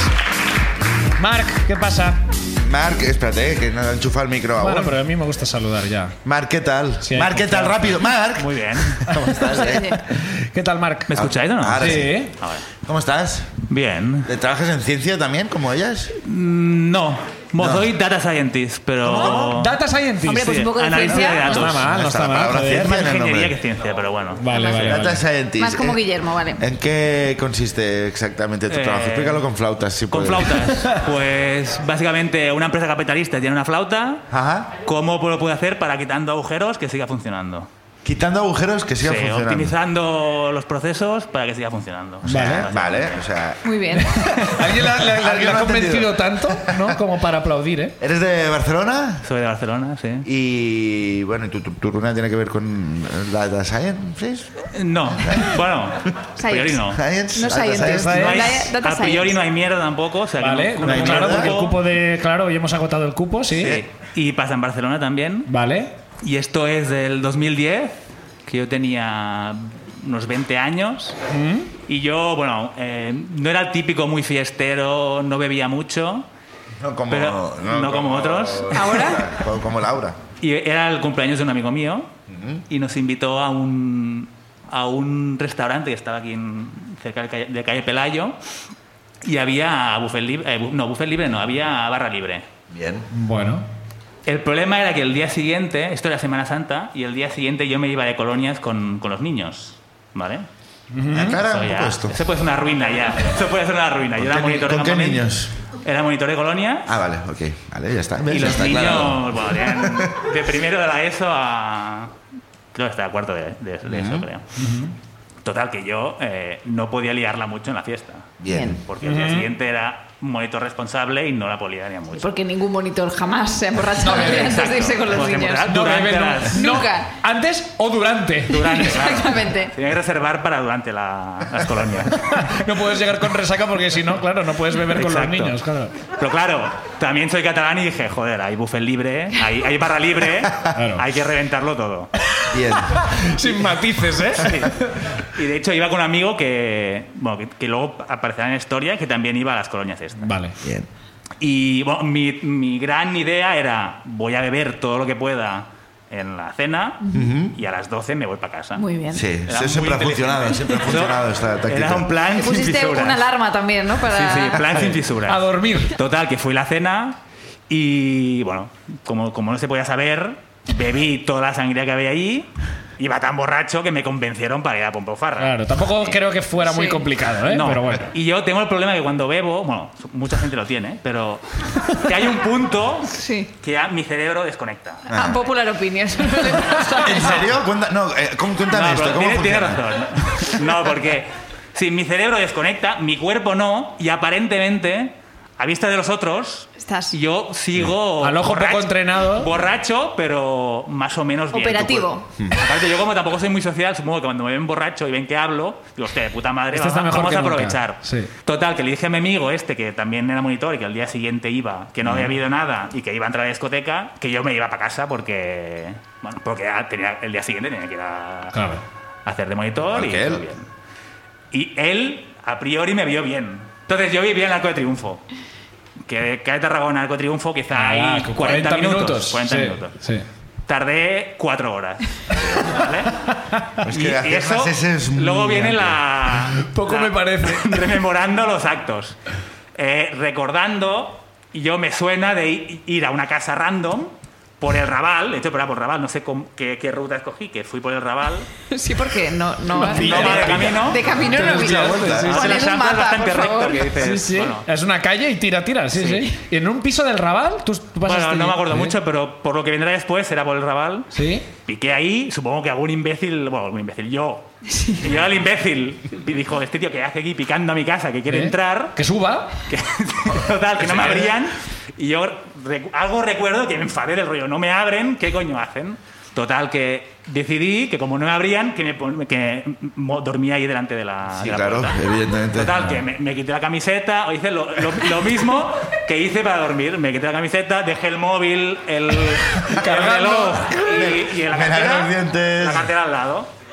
Speaker 1: Marc, ¿qué pasa?
Speaker 2: Marc, espérate, que no ha enchufado el micro aún.
Speaker 1: Bueno, pero a mí me gusta saludar ya.
Speaker 2: Marc, ¿qué tal?
Speaker 1: Sí, hay
Speaker 2: Marc, ¿qué tal?
Speaker 1: confianza.
Speaker 2: Rápido. Marc.
Speaker 1: Muy bien.
Speaker 2: ¿Cómo estás? eh?
Speaker 1: ¿Qué tal, Marc? Ah,
Speaker 8: ¿Me escucháis o no?
Speaker 2: Ahora
Speaker 1: Sí. ¿eh?
Speaker 2: ¿Cómo estás?
Speaker 8: Bien.
Speaker 2: ¿Te trabajas en ciencia también, como ellas?
Speaker 8: No, mo- soy data scientist, pero...
Speaker 1: Data Scientist.
Speaker 3: Hombre, pues
Speaker 8: Sí,
Speaker 3: un poco de
Speaker 8: análisis de
Speaker 3: ciencia.
Speaker 1: no está
Speaker 8: datos.
Speaker 1: mal, no
Speaker 2: No está
Speaker 1: está
Speaker 2: la
Speaker 1: mal.
Speaker 2: palabra
Speaker 1: joder.
Speaker 2: ciencia.
Speaker 8: Más
Speaker 2: en el
Speaker 8: ingeniería
Speaker 2: nombre.
Speaker 8: que ciencia, pero bueno.
Speaker 1: Vale, vale,
Speaker 2: Data
Speaker 1: vale.
Speaker 2: Scientist.
Speaker 3: Más como
Speaker 2: Eh,
Speaker 3: Guillermo, vale.
Speaker 2: ¿En qué consiste exactamente tu
Speaker 8: Eh,
Speaker 2: trabajo? Explícalo con flautas, si
Speaker 8: Con
Speaker 2: puedes.
Speaker 8: flautas. Pues básicamente una empresa capitalista tiene una flauta.
Speaker 2: Ajá.
Speaker 8: ¿Cómo lo puede hacer para quitando agujeros que siga funcionando?
Speaker 2: Quitando agujeros que siga
Speaker 8: Sí,
Speaker 2: funcionando.
Speaker 8: optimizando los procesos para que siga funcionando.
Speaker 2: O sea,
Speaker 1: Vale.
Speaker 2: vale, o sea...
Speaker 3: Muy bien.
Speaker 1: Alguien la, la- la-
Speaker 2: Alguien
Speaker 1: la
Speaker 2: lo
Speaker 1: ha
Speaker 2: ha
Speaker 1: convencido
Speaker 2: entendido.
Speaker 1: tanto, ¿no? Como para aplaudir, ¿eh?
Speaker 2: ¿Eres de Barcelona?
Speaker 8: Soy de Barcelona, sí.
Speaker 2: Y bueno, ¿y tu, tu, tu runa tiene que ver con la, la science?
Speaker 8: No, bueno, a priori no.
Speaker 2: Science,
Speaker 3: No
Speaker 2: la
Speaker 3: scientist.
Speaker 8: No hay-
Speaker 3: Data- data
Speaker 8: a priori
Speaker 3: science.
Speaker 8: no hay mierda tampoco. O sea, que
Speaker 1: Vale,
Speaker 8: no- no hay
Speaker 1: claro,
Speaker 8: mierda.
Speaker 1: porque el cupo de. Claro, hoy hemos agotado el cupo, sí.
Speaker 8: Sí. Eh, Y pasa en Barcelona también.
Speaker 1: Vale.
Speaker 8: Y esto es del 2010, que yo tenía unos 20 años. Y yo, bueno, eh, no era el típico muy fiestero, no bebía mucho.
Speaker 2: No como,
Speaker 8: Pero no como otros.
Speaker 3: ¿Ahora?
Speaker 2: Como, como Laura.
Speaker 8: Y era el cumpleaños de un amigo mío y nos invitó a un, a un restaurante que estaba aquí en, cerca de calle, de calle Pelayo y había buffet libre, eh, no, buffet libre no, había barra libre.
Speaker 2: Bien.
Speaker 1: Bueno.
Speaker 8: El problema era que el día siguiente, esto era Semana Santa, y el día siguiente yo me iba de colonias con, con los niños, ¿vale?
Speaker 2: Aclara
Speaker 8: Eso
Speaker 2: Ah, un
Speaker 8: ya-
Speaker 2: poco esto.
Speaker 8: eso puede ser una ruina ya, eso puede ser una ruina.
Speaker 2: ¿Con
Speaker 8: Yo era
Speaker 2: qué ni-
Speaker 8: monitor de
Speaker 2: con qué
Speaker 8: campamento-
Speaker 2: niños?
Speaker 8: Era monitor de colonia
Speaker 2: Ah, vale, ok. Vale, ya está.
Speaker 8: Y
Speaker 2: ¿Ves? Ya
Speaker 8: los
Speaker 2: está
Speaker 8: niños,
Speaker 2: aclarado.
Speaker 8: bueno, eran de primero de la ESO a. Creo que hasta cuarto de, de- de ESO, creo. Total, que yo eh, no podía liarla mucho en la fiesta.
Speaker 2: Bien.
Speaker 8: Porque el día siguiente era monitor responsable y no la podía liar mucho.
Speaker 3: Porque ningún monitor jamás se emborracha antes de irse con los
Speaker 8: Porque en
Speaker 3: niños.
Speaker 8: verdad,
Speaker 1: No
Speaker 8: durante
Speaker 1: beben, no.
Speaker 8: las-
Speaker 1: No,
Speaker 3: Nunca.
Speaker 1: Antes o durante.
Speaker 8: Durante, claro.
Speaker 3: Exactamente.
Speaker 8: Tenía que reservar para durante la- las colonias.
Speaker 1: No puedes llegar con resaca porque si no, claro, no puedes beber con los
Speaker 8: Exacto.
Speaker 1: niños, claro.
Speaker 8: Pero claro, también soy catalán y dije, joder, hay buffet libre, hay, hay barra libre, hay que reventarlo todo.
Speaker 2: Bien.
Speaker 1: Sin matices, ¿eh?
Speaker 8: Sí. Y de hecho iba con un amigo que, bueno, que, que luego aparecerá en la historia, que también iba a las colonias estas.
Speaker 1: Vale.
Speaker 2: Bien.
Speaker 8: Y bueno, mi, mi gran idea era, voy a beber todo lo que pueda en la cena y a las 12 me voy para casa.
Speaker 3: Muy bien.
Speaker 2: Sí,
Speaker 8: Era
Speaker 2: eso
Speaker 8: muy
Speaker 2: siempre ha
Speaker 8: inteligente.
Speaker 2: funcionado, siempre ha funcionado esta táctica.
Speaker 8: Era un plan
Speaker 3: Te
Speaker 8: sin
Speaker 3: pusiste
Speaker 8: fisuras.
Speaker 3: una alarma también, ¿no?
Speaker 8: Sí,
Speaker 3: Para...
Speaker 8: sí, plan sin
Speaker 1: A
Speaker 8: fisuras.
Speaker 1: dormir.
Speaker 8: Total, que fui a la cena y, bueno, como, como no se podía saber, bebí toda la sangría que había allí. Iba tan borracho que me convencieron para ir a Pompofarra.
Speaker 1: Claro, tampoco creo que fuera muy
Speaker 3: Sí.
Speaker 1: complicado, ¿eh?
Speaker 8: No.
Speaker 1: Pero bueno.
Speaker 8: Y yo tengo el problema que cuando bebo, bueno, su- mucha gente lo tiene, pero que hay un punto
Speaker 3: Sí.
Speaker 8: que ya mi cerebro desconecta.
Speaker 3: Ah, popular
Speaker 2: ¿En
Speaker 3: opinion.
Speaker 2: serio? Cuenta- no, eh, ¿cómo- cuéntame
Speaker 8: No,
Speaker 2: esto.
Speaker 8: pero
Speaker 2: ¿Cómo
Speaker 8: tiene, tiene
Speaker 2: funciona?
Speaker 8: razón. No, porque si mi cerebro desconecta, mi cuerpo no, y aparentemente, a vista de los otros,
Speaker 3: Estás
Speaker 8: yo sigo.
Speaker 1: Al ojo poco entrenado.
Speaker 8: Borracho, pero más o menos bien. Hmm.
Speaker 3: Operativo.
Speaker 8: Aparte, yo como tampoco soy muy social, supongo que cuando me ven borracho y ven que hablo, digo, hostia, de puta madre,
Speaker 1: Este está
Speaker 8: vamos,
Speaker 1: mejor
Speaker 8: vamos
Speaker 1: que
Speaker 8: a
Speaker 1: nunca".
Speaker 8: aprovechar.
Speaker 1: Sí.
Speaker 8: Total, que le dije a mi amigo este, que también era monitor y que al día siguiente iba, que no había habido nada y que iba a entrar a la discoteca, que yo me iba para casa porque, bueno, porque ya tenía, el día siguiente tenía que ir a,
Speaker 1: Claro.
Speaker 8: a hacer de monitor y
Speaker 2: Porque
Speaker 8: todo
Speaker 2: él-
Speaker 8: bien. Y él, a priori, me vio bien. Entonces yo vivía en el Arco de Triunfo. Que cae Tarragona, Arco de Triunfo, quizá
Speaker 1: Ah,
Speaker 8: hay 40, minutos. 40
Speaker 1: sí,
Speaker 8: minutos.
Speaker 1: Sí.
Speaker 8: Tardé cuatro horas. ¿Vale?
Speaker 2: Es que hacer frases es muy
Speaker 8: luego viene la.
Speaker 1: Poco
Speaker 8: la-
Speaker 1: me parece.
Speaker 8: Rememorando los actos. Eh, recordando, y yo me suena de i- ir a una casa random por el Raval. De hecho, pero era por Raval, no sé cómo- qué, qué ruta escogí, que fui por el Raval.
Speaker 3: Sí, porque no... No,
Speaker 8: No va de camino.
Speaker 3: De camino
Speaker 2: Te
Speaker 3: no
Speaker 2: das
Speaker 3: vi.
Speaker 2: la vuelta, sí,
Speaker 3: Poner
Speaker 8: Es
Speaker 3: un mapa,
Speaker 8: bastante
Speaker 3: por
Speaker 8: recto
Speaker 3: favor.
Speaker 8: que dices,
Speaker 1: Sí, sí.
Speaker 8: bueno.
Speaker 1: Es una calle y tira, tira. Sí, sí.
Speaker 8: Sí.
Speaker 1: Y en un piso del Raval, tú, tú pasaste
Speaker 8: Bueno, no me
Speaker 1: allí.
Speaker 8: acuerdo
Speaker 1: Sí.
Speaker 8: mucho, pero por lo que vendrá después será por el Raval.
Speaker 1: Sí.
Speaker 8: Piqué ahí, supongo que algún imbécil, bueno, algún imbécil, yo. Y yo era el imbécil. Y dijo, este tío que hace aquí picando a mi casa, que quiere
Speaker 1: ¿Eh?
Speaker 8: entrar,
Speaker 1: Que suba.
Speaker 8: que, total, que no me abrían. Y yo recu- algo recuerdo que me enfadé del rollo, no me abren, ¿qué coño hacen? Total, que decidí que como no me abrían, que, me pon- que mo- dormía ahí delante de la,
Speaker 2: Sí,
Speaker 8: de la
Speaker 2: claro,
Speaker 8: puerta.
Speaker 2: evidentemente.
Speaker 8: Total, que me, me quité la camiseta, o hice lo, lo- lo mismo que hice para dormir. Me quité la camiseta, dejé el móvil, el, el
Speaker 2: Cargando.
Speaker 8: reloj y, y la,
Speaker 2: Me lavé
Speaker 8: cartera,
Speaker 2: los dientes.
Speaker 8: la cartera al lado.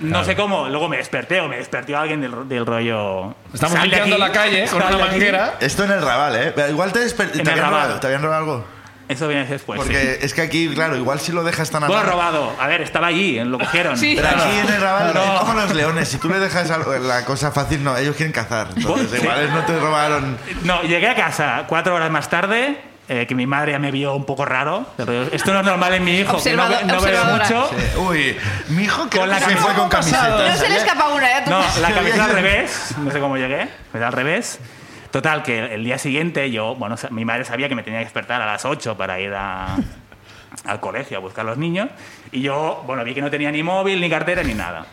Speaker 8: No sé cómo, luego me desperté o me despertó alguien del, ro- del rollo.
Speaker 1: Estamos
Speaker 8: "Sal de
Speaker 1: limpiando la
Speaker 8: aquí,
Speaker 1: calle con
Speaker 8: sal de
Speaker 1: una
Speaker 8: aquí".
Speaker 1: manguera.
Speaker 2: Esto en el Raval, ¿eh? Igual te, desper-
Speaker 8: En
Speaker 2: te
Speaker 8: el
Speaker 2: habían
Speaker 8: Raval.
Speaker 2: robado. ¿Te habían robado algo?
Speaker 8: Eso viene después. sí.
Speaker 2: Porque es que aquí, claro, igual si lo dejas tan
Speaker 8: Bueno,
Speaker 2: atrás-
Speaker 8: robado. A ver, estaba allí, lo cogieron.
Speaker 3: Sí.
Speaker 2: Pero aquí en el Raval
Speaker 8: No.
Speaker 2: es como los leones. Si tú le dejas algo- la cosa fácil, no. Ellos quieren cazar. Entonces,
Speaker 8: Sí.
Speaker 2: igual no te robaron...
Speaker 8: No, llegué a casa cuatro horas más tarde, eh, que mi madre ya me vio un poco raro. pero esto no es normal en mi hijo, que no,
Speaker 3: Observado-
Speaker 8: ve- no veo
Speaker 3: observadora.
Speaker 8: mucho.
Speaker 2: Eh, Uy, mi hijo creo
Speaker 8: Con la
Speaker 2: que se
Speaker 8: que-
Speaker 2: fue con
Speaker 1: pasado?
Speaker 2: camiseta.
Speaker 3: No se le escapa una, ¿eh? Tú-
Speaker 8: No, la
Speaker 2: Sí,
Speaker 8: cabeza al
Speaker 2: bien.
Speaker 8: revés, no sé cómo llegué, me da al revés. Total, que el día siguiente yo, bueno, sa- mi madre sabía que me tenía que despertar a las 8 para ir a- al colegio a buscar a los niños. Y yo, bueno, vi que no tenía ni móvil, ni cartera, ni nada.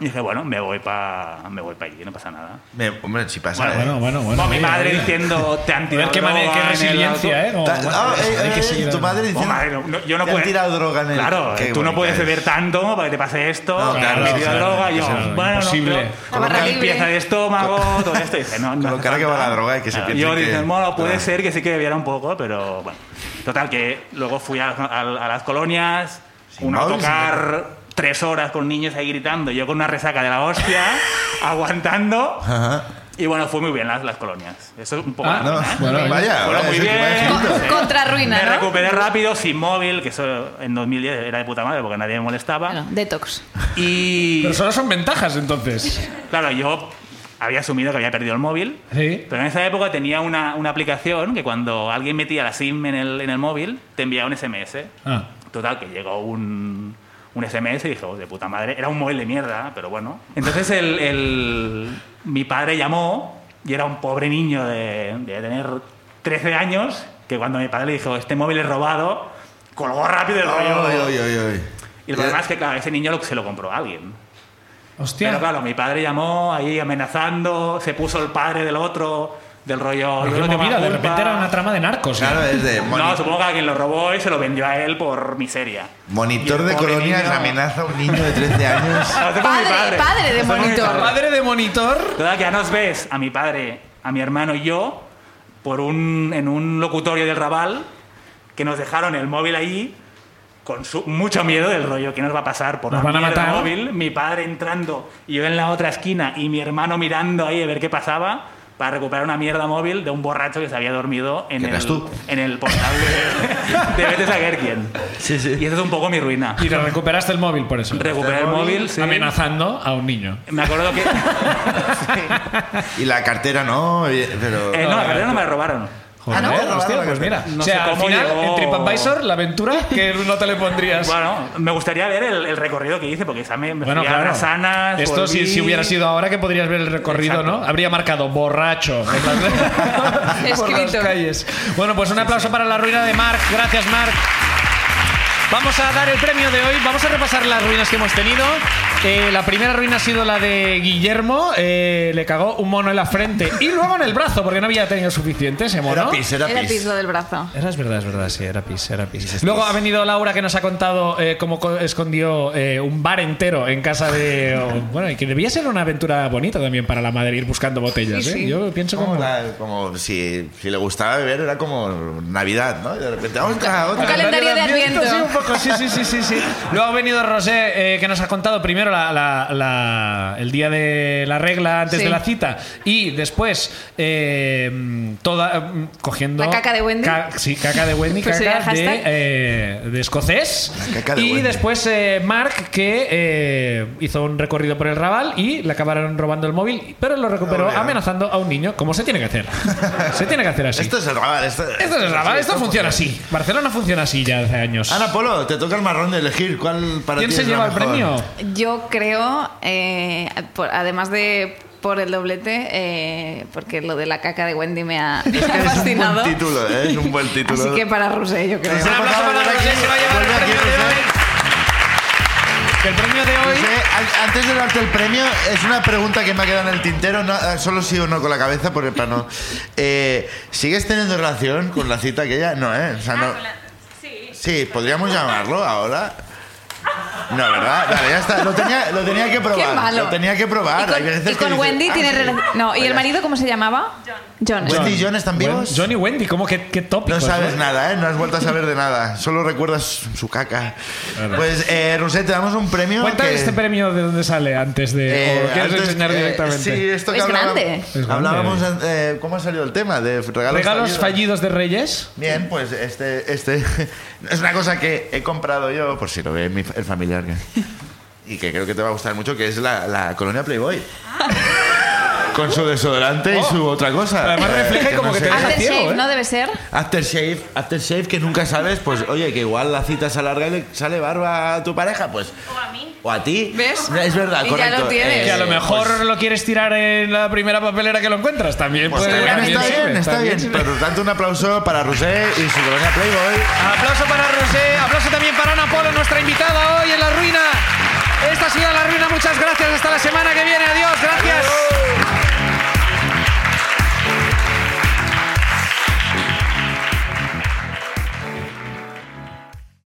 Speaker 8: Y dije, bueno, me voy para me voy para allí, no pasa nada.
Speaker 2: Me- hombre, si pasa.
Speaker 8: Bueno,
Speaker 2: eh.
Speaker 1: Bueno, bueno, bueno.
Speaker 8: Bueno, mi
Speaker 1: mira,
Speaker 8: madre
Speaker 1: mira.
Speaker 8: diciendo, te han
Speaker 1: A ver
Speaker 8: tirado
Speaker 1: qué, mane-
Speaker 8: droga
Speaker 1: qué
Speaker 8: en el auto".
Speaker 1: resiliencia, ¿eh? Como-
Speaker 2: Ta- ah, eh,
Speaker 1: hay que
Speaker 2: eh,
Speaker 1: seguir
Speaker 2: tu
Speaker 1: adelante.
Speaker 2: madre
Speaker 8: Oh,
Speaker 2: diciendo.
Speaker 8: madre, no, yo no
Speaker 2: te han
Speaker 8: puedo.
Speaker 2: tirado droga en el-
Speaker 8: Claro,
Speaker 2: Qué
Speaker 8: tú no
Speaker 2: bonita
Speaker 8: puedes
Speaker 2: eres.
Speaker 8: beber tanto como para que te pase esto.
Speaker 2: No,
Speaker 8: me han
Speaker 2: claro,
Speaker 8: metido
Speaker 2: claro,
Speaker 8: droga.
Speaker 1: que
Speaker 8: Yo,
Speaker 1: sea
Speaker 8: bueno,
Speaker 1: imposible.
Speaker 8: no,
Speaker 3: La
Speaker 8: pero
Speaker 3: barra
Speaker 8: con
Speaker 3: libre.
Speaker 8: limpieza de estómago, todo esto. Y dice, no, no.
Speaker 2: Con lo
Speaker 8: hace
Speaker 2: cara que va
Speaker 8: falta.
Speaker 2: la droga y que se
Speaker 8: Claro,
Speaker 2: piense
Speaker 8: Yo
Speaker 2: que-
Speaker 8: dije, bueno, puede
Speaker 2: Ah.
Speaker 8: ser que sí que bebiera un poco, pero bueno. Total, que luego fui a, a- a las colonias,
Speaker 2: Sin
Speaker 8: uno a
Speaker 2: móvil, sin
Speaker 8: tocar tres horas con niños ahí gritando, yo con una resaca de la hostia, aguantando.
Speaker 2: Ajá.
Speaker 8: Y bueno, fue muy bien las, las colonias. Eso es un poco.
Speaker 1: Ah,
Speaker 8: la
Speaker 2: No,
Speaker 8: pena, ¿eh?
Speaker 1: Bueno,
Speaker 2: vaya,
Speaker 8: Bueno,
Speaker 2: vaya,
Speaker 8: muy
Speaker 2: eso que vaya
Speaker 8: bien.
Speaker 2: gente.
Speaker 3: Co- Contra ruina,
Speaker 8: Me
Speaker 3: ¿no?
Speaker 8: recuperé rápido, sin móvil, que eso en 2010 era de puta madre porque nadie me molestaba.
Speaker 3: Bueno, detox.
Speaker 8: Y
Speaker 1: Pero solo son ventajas, entonces.
Speaker 8: claro, yo había asumido que había perdido el móvil,
Speaker 1: Sí.
Speaker 8: pero en esa época tenía una, una aplicación que cuando alguien metía la SIM en el, en el móvil, te enviaba un SMS.
Speaker 1: Ah.
Speaker 8: Total, que llegó un, un SMS y dije, "Oh, de puta madre, era un móvil de mierda, pero bueno. Entonces el, el- mi padre llamó y era un pobre niño de, de tener 13 años que cuando mi padre le dijo, este móvil es robado, colgó rápido el rollo.
Speaker 2: Ay, ay, ay, ay.
Speaker 8: Y el problema es que, claro, ese niño lo- se lo compró a alguien.
Speaker 1: Hostia.
Speaker 8: Pero claro, mi padre llamó ahí amenazando, se puso el padre del otro, del rollo.
Speaker 1: Pero
Speaker 8: "Yo
Speaker 1: qué
Speaker 8: no tengo
Speaker 1: movida, de
Speaker 8: culpa".
Speaker 1: repente era una trama de narcos. ¿eh?
Speaker 2: Claro, es de moni-
Speaker 8: No, supongo que alguien lo robó y se lo vendió a él por miseria.
Speaker 2: monitor
Speaker 8: Y el
Speaker 2: de
Speaker 8: pobre
Speaker 2: colonias
Speaker 8: niño-
Speaker 2: amenaza a un niño de 13 años.
Speaker 8: Lo tengo con mi
Speaker 3: Padre, padre de
Speaker 8: Lo tengo con mi
Speaker 3: monitor.
Speaker 8: padre.
Speaker 1: Padre de monitor.
Speaker 8: Total, que ya nos ves a mi padre, a mi hermano y yo por un, en un locutorio del Raval que nos dejaron el móvil allí con su- mucho miedo del rollo que nos va a pasar por
Speaker 1: Nos
Speaker 8: la
Speaker 1: van a
Speaker 8: mierda
Speaker 1: matar.
Speaker 8: móvil. Mi padre entrando y yo en la otra esquina y mi hermano mirando ahí a ver qué pasaba para recuperar una mierda móvil de un borracho que se había dormido en,
Speaker 2: ¿Que eras
Speaker 8: el,
Speaker 2: tú?
Speaker 8: en el portal de, de Vete a saber quién.
Speaker 2: Sí, sí.
Speaker 8: Y eso es un poco mi ruina.
Speaker 1: Y le recuperaste el móvil por eso.
Speaker 8: Recuperé el móvil, sí.
Speaker 1: Amenazando a un niño.
Speaker 8: Me acuerdo que...
Speaker 2: Y la cartera no, y- pero.
Speaker 8: Eh, no, la cartera no me la robaron.
Speaker 1: Joder,
Speaker 2: Ah, ¿no?
Speaker 1: hostia,
Speaker 2: Robaron la
Speaker 1: pues mira.
Speaker 2: cartera.
Speaker 8: No
Speaker 1: o sea,
Speaker 8: sé
Speaker 1: al
Speaker 8: cómo
Speaker 1: final,
Speaker 8: llegó.
Speaker 1: en TripAdvisor, la aventura, que no te le pondrías.
Speaker 8: Bueno, me gustaría ver el, el recorrido que hice, porque esa me, me
Speaker 1: Bueno,
Speaker 8: fui a
Speaker 1: claro.
Speaker 8: Brasanas,
Speaker 1: Esto, si,
Speaker 8: volví.
Speaker 1: si hubiera sido ahora, que podrías ver el recorrido,
Speaker 8: Exacto.
Speaker 1: ¿no? Habría marcado borracho en las- por las
Speaker 3: Escrito.
Speaker 1: calles. Bueno, pues un aplauso para la ruina de Marc. Gracias, Marc. Vamos a dar el premio de hoy. Vamos a repasar las ruinas que hemos tenido. Eh, la primera ruina ha sido la de Guillermo. Eh, le cagó un mono en la frente y luego en el brazo, porque no había tenido suficiente ese mono.
Speaker 2: Era pis, era
Speaker 3: Era el
Speaker 2: pis.
Speaker 3: piso del brazo.
Speaker 1: Era es verdad, es verdad, sí, era pis, era pis. Luego ha venido Laura que nos ha contado eh, cómo co- escondió eh, un bar entero en casa de. o- bueno, y que debía ser una aventura bonita también para la madre ir buscando botellas, ¿eh? Yo pienso como.
Speaker 2: Como, la- como si, si le gustaba beber, era como Navidad, ¿no? Y de repente, "Ah, otra, otra.
Speaker 3: Un calendario de adviento.
Speaker 1: Sí, un poco, sí, sí, sí, sí, sí. Luego ha venido Rosé, eh, que nos ha contado primero la- la- la- el día de la regla antes
Speaker 3: Sí.
Speaker 1: de la cita y después eh, mm, toda mm, cogiendo...
Speaker 3: La caca de Wendy.
Speaker 1: Ca- sí, caca de Wendy,
Speaker 3: Pues sería
Speaker 1: caca de,
Speaker 3: hashtag.
Speaker 1: eh, de escocés.
Speaker 2: La caca de
Speaker 1: y
Speaker 2: Wendy.
Speaker 1: después eh, Mark, que eh, hizo un recorrido por el Raval y le acabaron robando el móvil, pero lo recuperó
Speaker 2: Ole, ah.
Speaker 1: amenazando a un niño, como se tiene que hacer. se tiene que hacer así.
Speaker 2: Esto es el rabal. Esto,
Speaker 1: Esto es el Raval, esto funciona así. Barcelona funciona así ya hace años.
Speaker 2: Ana Polo, te toca el marrón de elegir cuál para
Speaker 1: ¿Quién
Speaker 2: ti
Speaker 1: se
Speaker 2: es la
Speaker 1: lleva el
Speaker 2: mejor.
Speaker 1: premio?
Speaker 3: Yo creo, eh, por- además de por el doblete, eh, porque lo de la caca de Wendy me ha, me ha
Speaker 2: Es un
Speaker 3: fascinado.
Speaker 2: buen título, ¿eh? Es un buen título.
Speaker 3: Así que para Rusé, yo creo.
Speaker 2: Sí,
Speaker 1: Un aplauso para Rosé, se va a llevar el
Speaker 2: Vuelve ¿eh? aquí,
Speaker 1: premio de
Speaker 2: Rosé.
Speaker 1: hoy. Que el premio de hoy.
Speaker 2: José, an- antes de darte el premio, es una pregunta que me ha quedado en el tintero, no- eh, solo sí o no con la cabeza, por el no. Eh, ¿Sigues teniendo
Speaker 3: Ah,
Speaker 2: relación con la cita aquella? No, ¿eh? O sea, no-
Speaker 7: Sí.
Speaker 2: Sí, podríamos llamarlo ahora. No, ¿verdad? Dale, ya está. Lo tenía, lo tenía que probar.
Speaker 3: Qué malo.
Speaker 2: Lo tenía que probar.
Speaker 3: Y con,
Speaker 2: Hay veces
Speaker 3: y
Speaker 2: que
Speaker 3: con
Speaker 2: dices,
Speaker 3: Wendy
Speaker 2: "Ah,
Speaker 3: tiene
Speaker 2: sí".
Speaker 3: rela- No, ¿y el
Speaker 2: Vaya.
Speaker 3: marido cómo se llamaba? John.
Speaker 2: ¿Wendy y John están
Speaker 1: Bueno,
Speaker 2: vivos?
Speaker 1: John y Wendy, ¿cómo que qué
Speaker 2: No
Speaker 1: tópicos?
Speaker 2: sabes
Speaker 1: eh?
Speaker 2: nada, ¿eh? No has vuelto a saber de nada. Solo recuerdas su caca. Pues, eh, Roset, te damos un premio.
Speaker 1: Cuenta
Speaker 2: que-
Speaker 1: este premio de dónde sale antes de.
Speaker 2: eh,
Speaker 1: ¿O quieres
Speaker 2: antes-
Speaker 1: enseñar
Speaker 2: eh,
Speaker 1: directamente?
Speaker 2: sí, esto que
Speaker 3: Es
Speaker 2: hablábamos-
Speaker 3: grande. Es
Speaker 1: grande.
Speaker 2: Hablábamos, eh, ¿cómo ha salido el tema? De regalos,
Speaker 1: Regalos fallidos de Reyes.
Speaker 2: Bien, pues este, este es una cosa que he comprado yo, por si lo ve mi, el familiar, que- y que creo que te va a gustar mucho, que es la, la colonia Playboy. Con su desodorante y su otra cosa.
Speaker 1: Oh. Además
Speaker 2: Eh,
Speaker 1: refleja como que te deja
Speaker 2: sé.
Speaker 1: ciego,
Speaker 3: Aftershave,
Speaker 1: ¿eh?
Speaker 3: ¿no? Debe ser.
Speaker 2: Aftershave, aftershave que nunca sabes, pues oye, que igual la cita se alarga y le sale barba a tu pareja, pues... O a mí. O a ti.
Speaker 3: ¿Ves?
Speaker 2: Es verdad,
Speaker 3: Y ya
Speaker 2: correcto.
Speaker 3: lo tienes.
Speaker 1: Que a lo
Speaker 2: eh,
Speaker 1: mejor
Speaker 2: pues-
Speaker 1: lo quieres tirar en la primera papelera que lo encuentras. También
Speaker 2: pues
Speaker 1: puede-
Speaker 2: está bien,
Speaker 1: también
Speaker 2: está
Speaker 1: sirve,
Speaker 2: bien, está
Speaker 1: también
Speaker 2: bien.
Speaker 1: sirve.
Speaker 2: Por lo tanto, un aplauso para Rosé y su colonia Playboy.
Speaker 1: Aplauso para Rosé, aplauso también para Ana Polo, nuestra invitada hoy en La Ruina.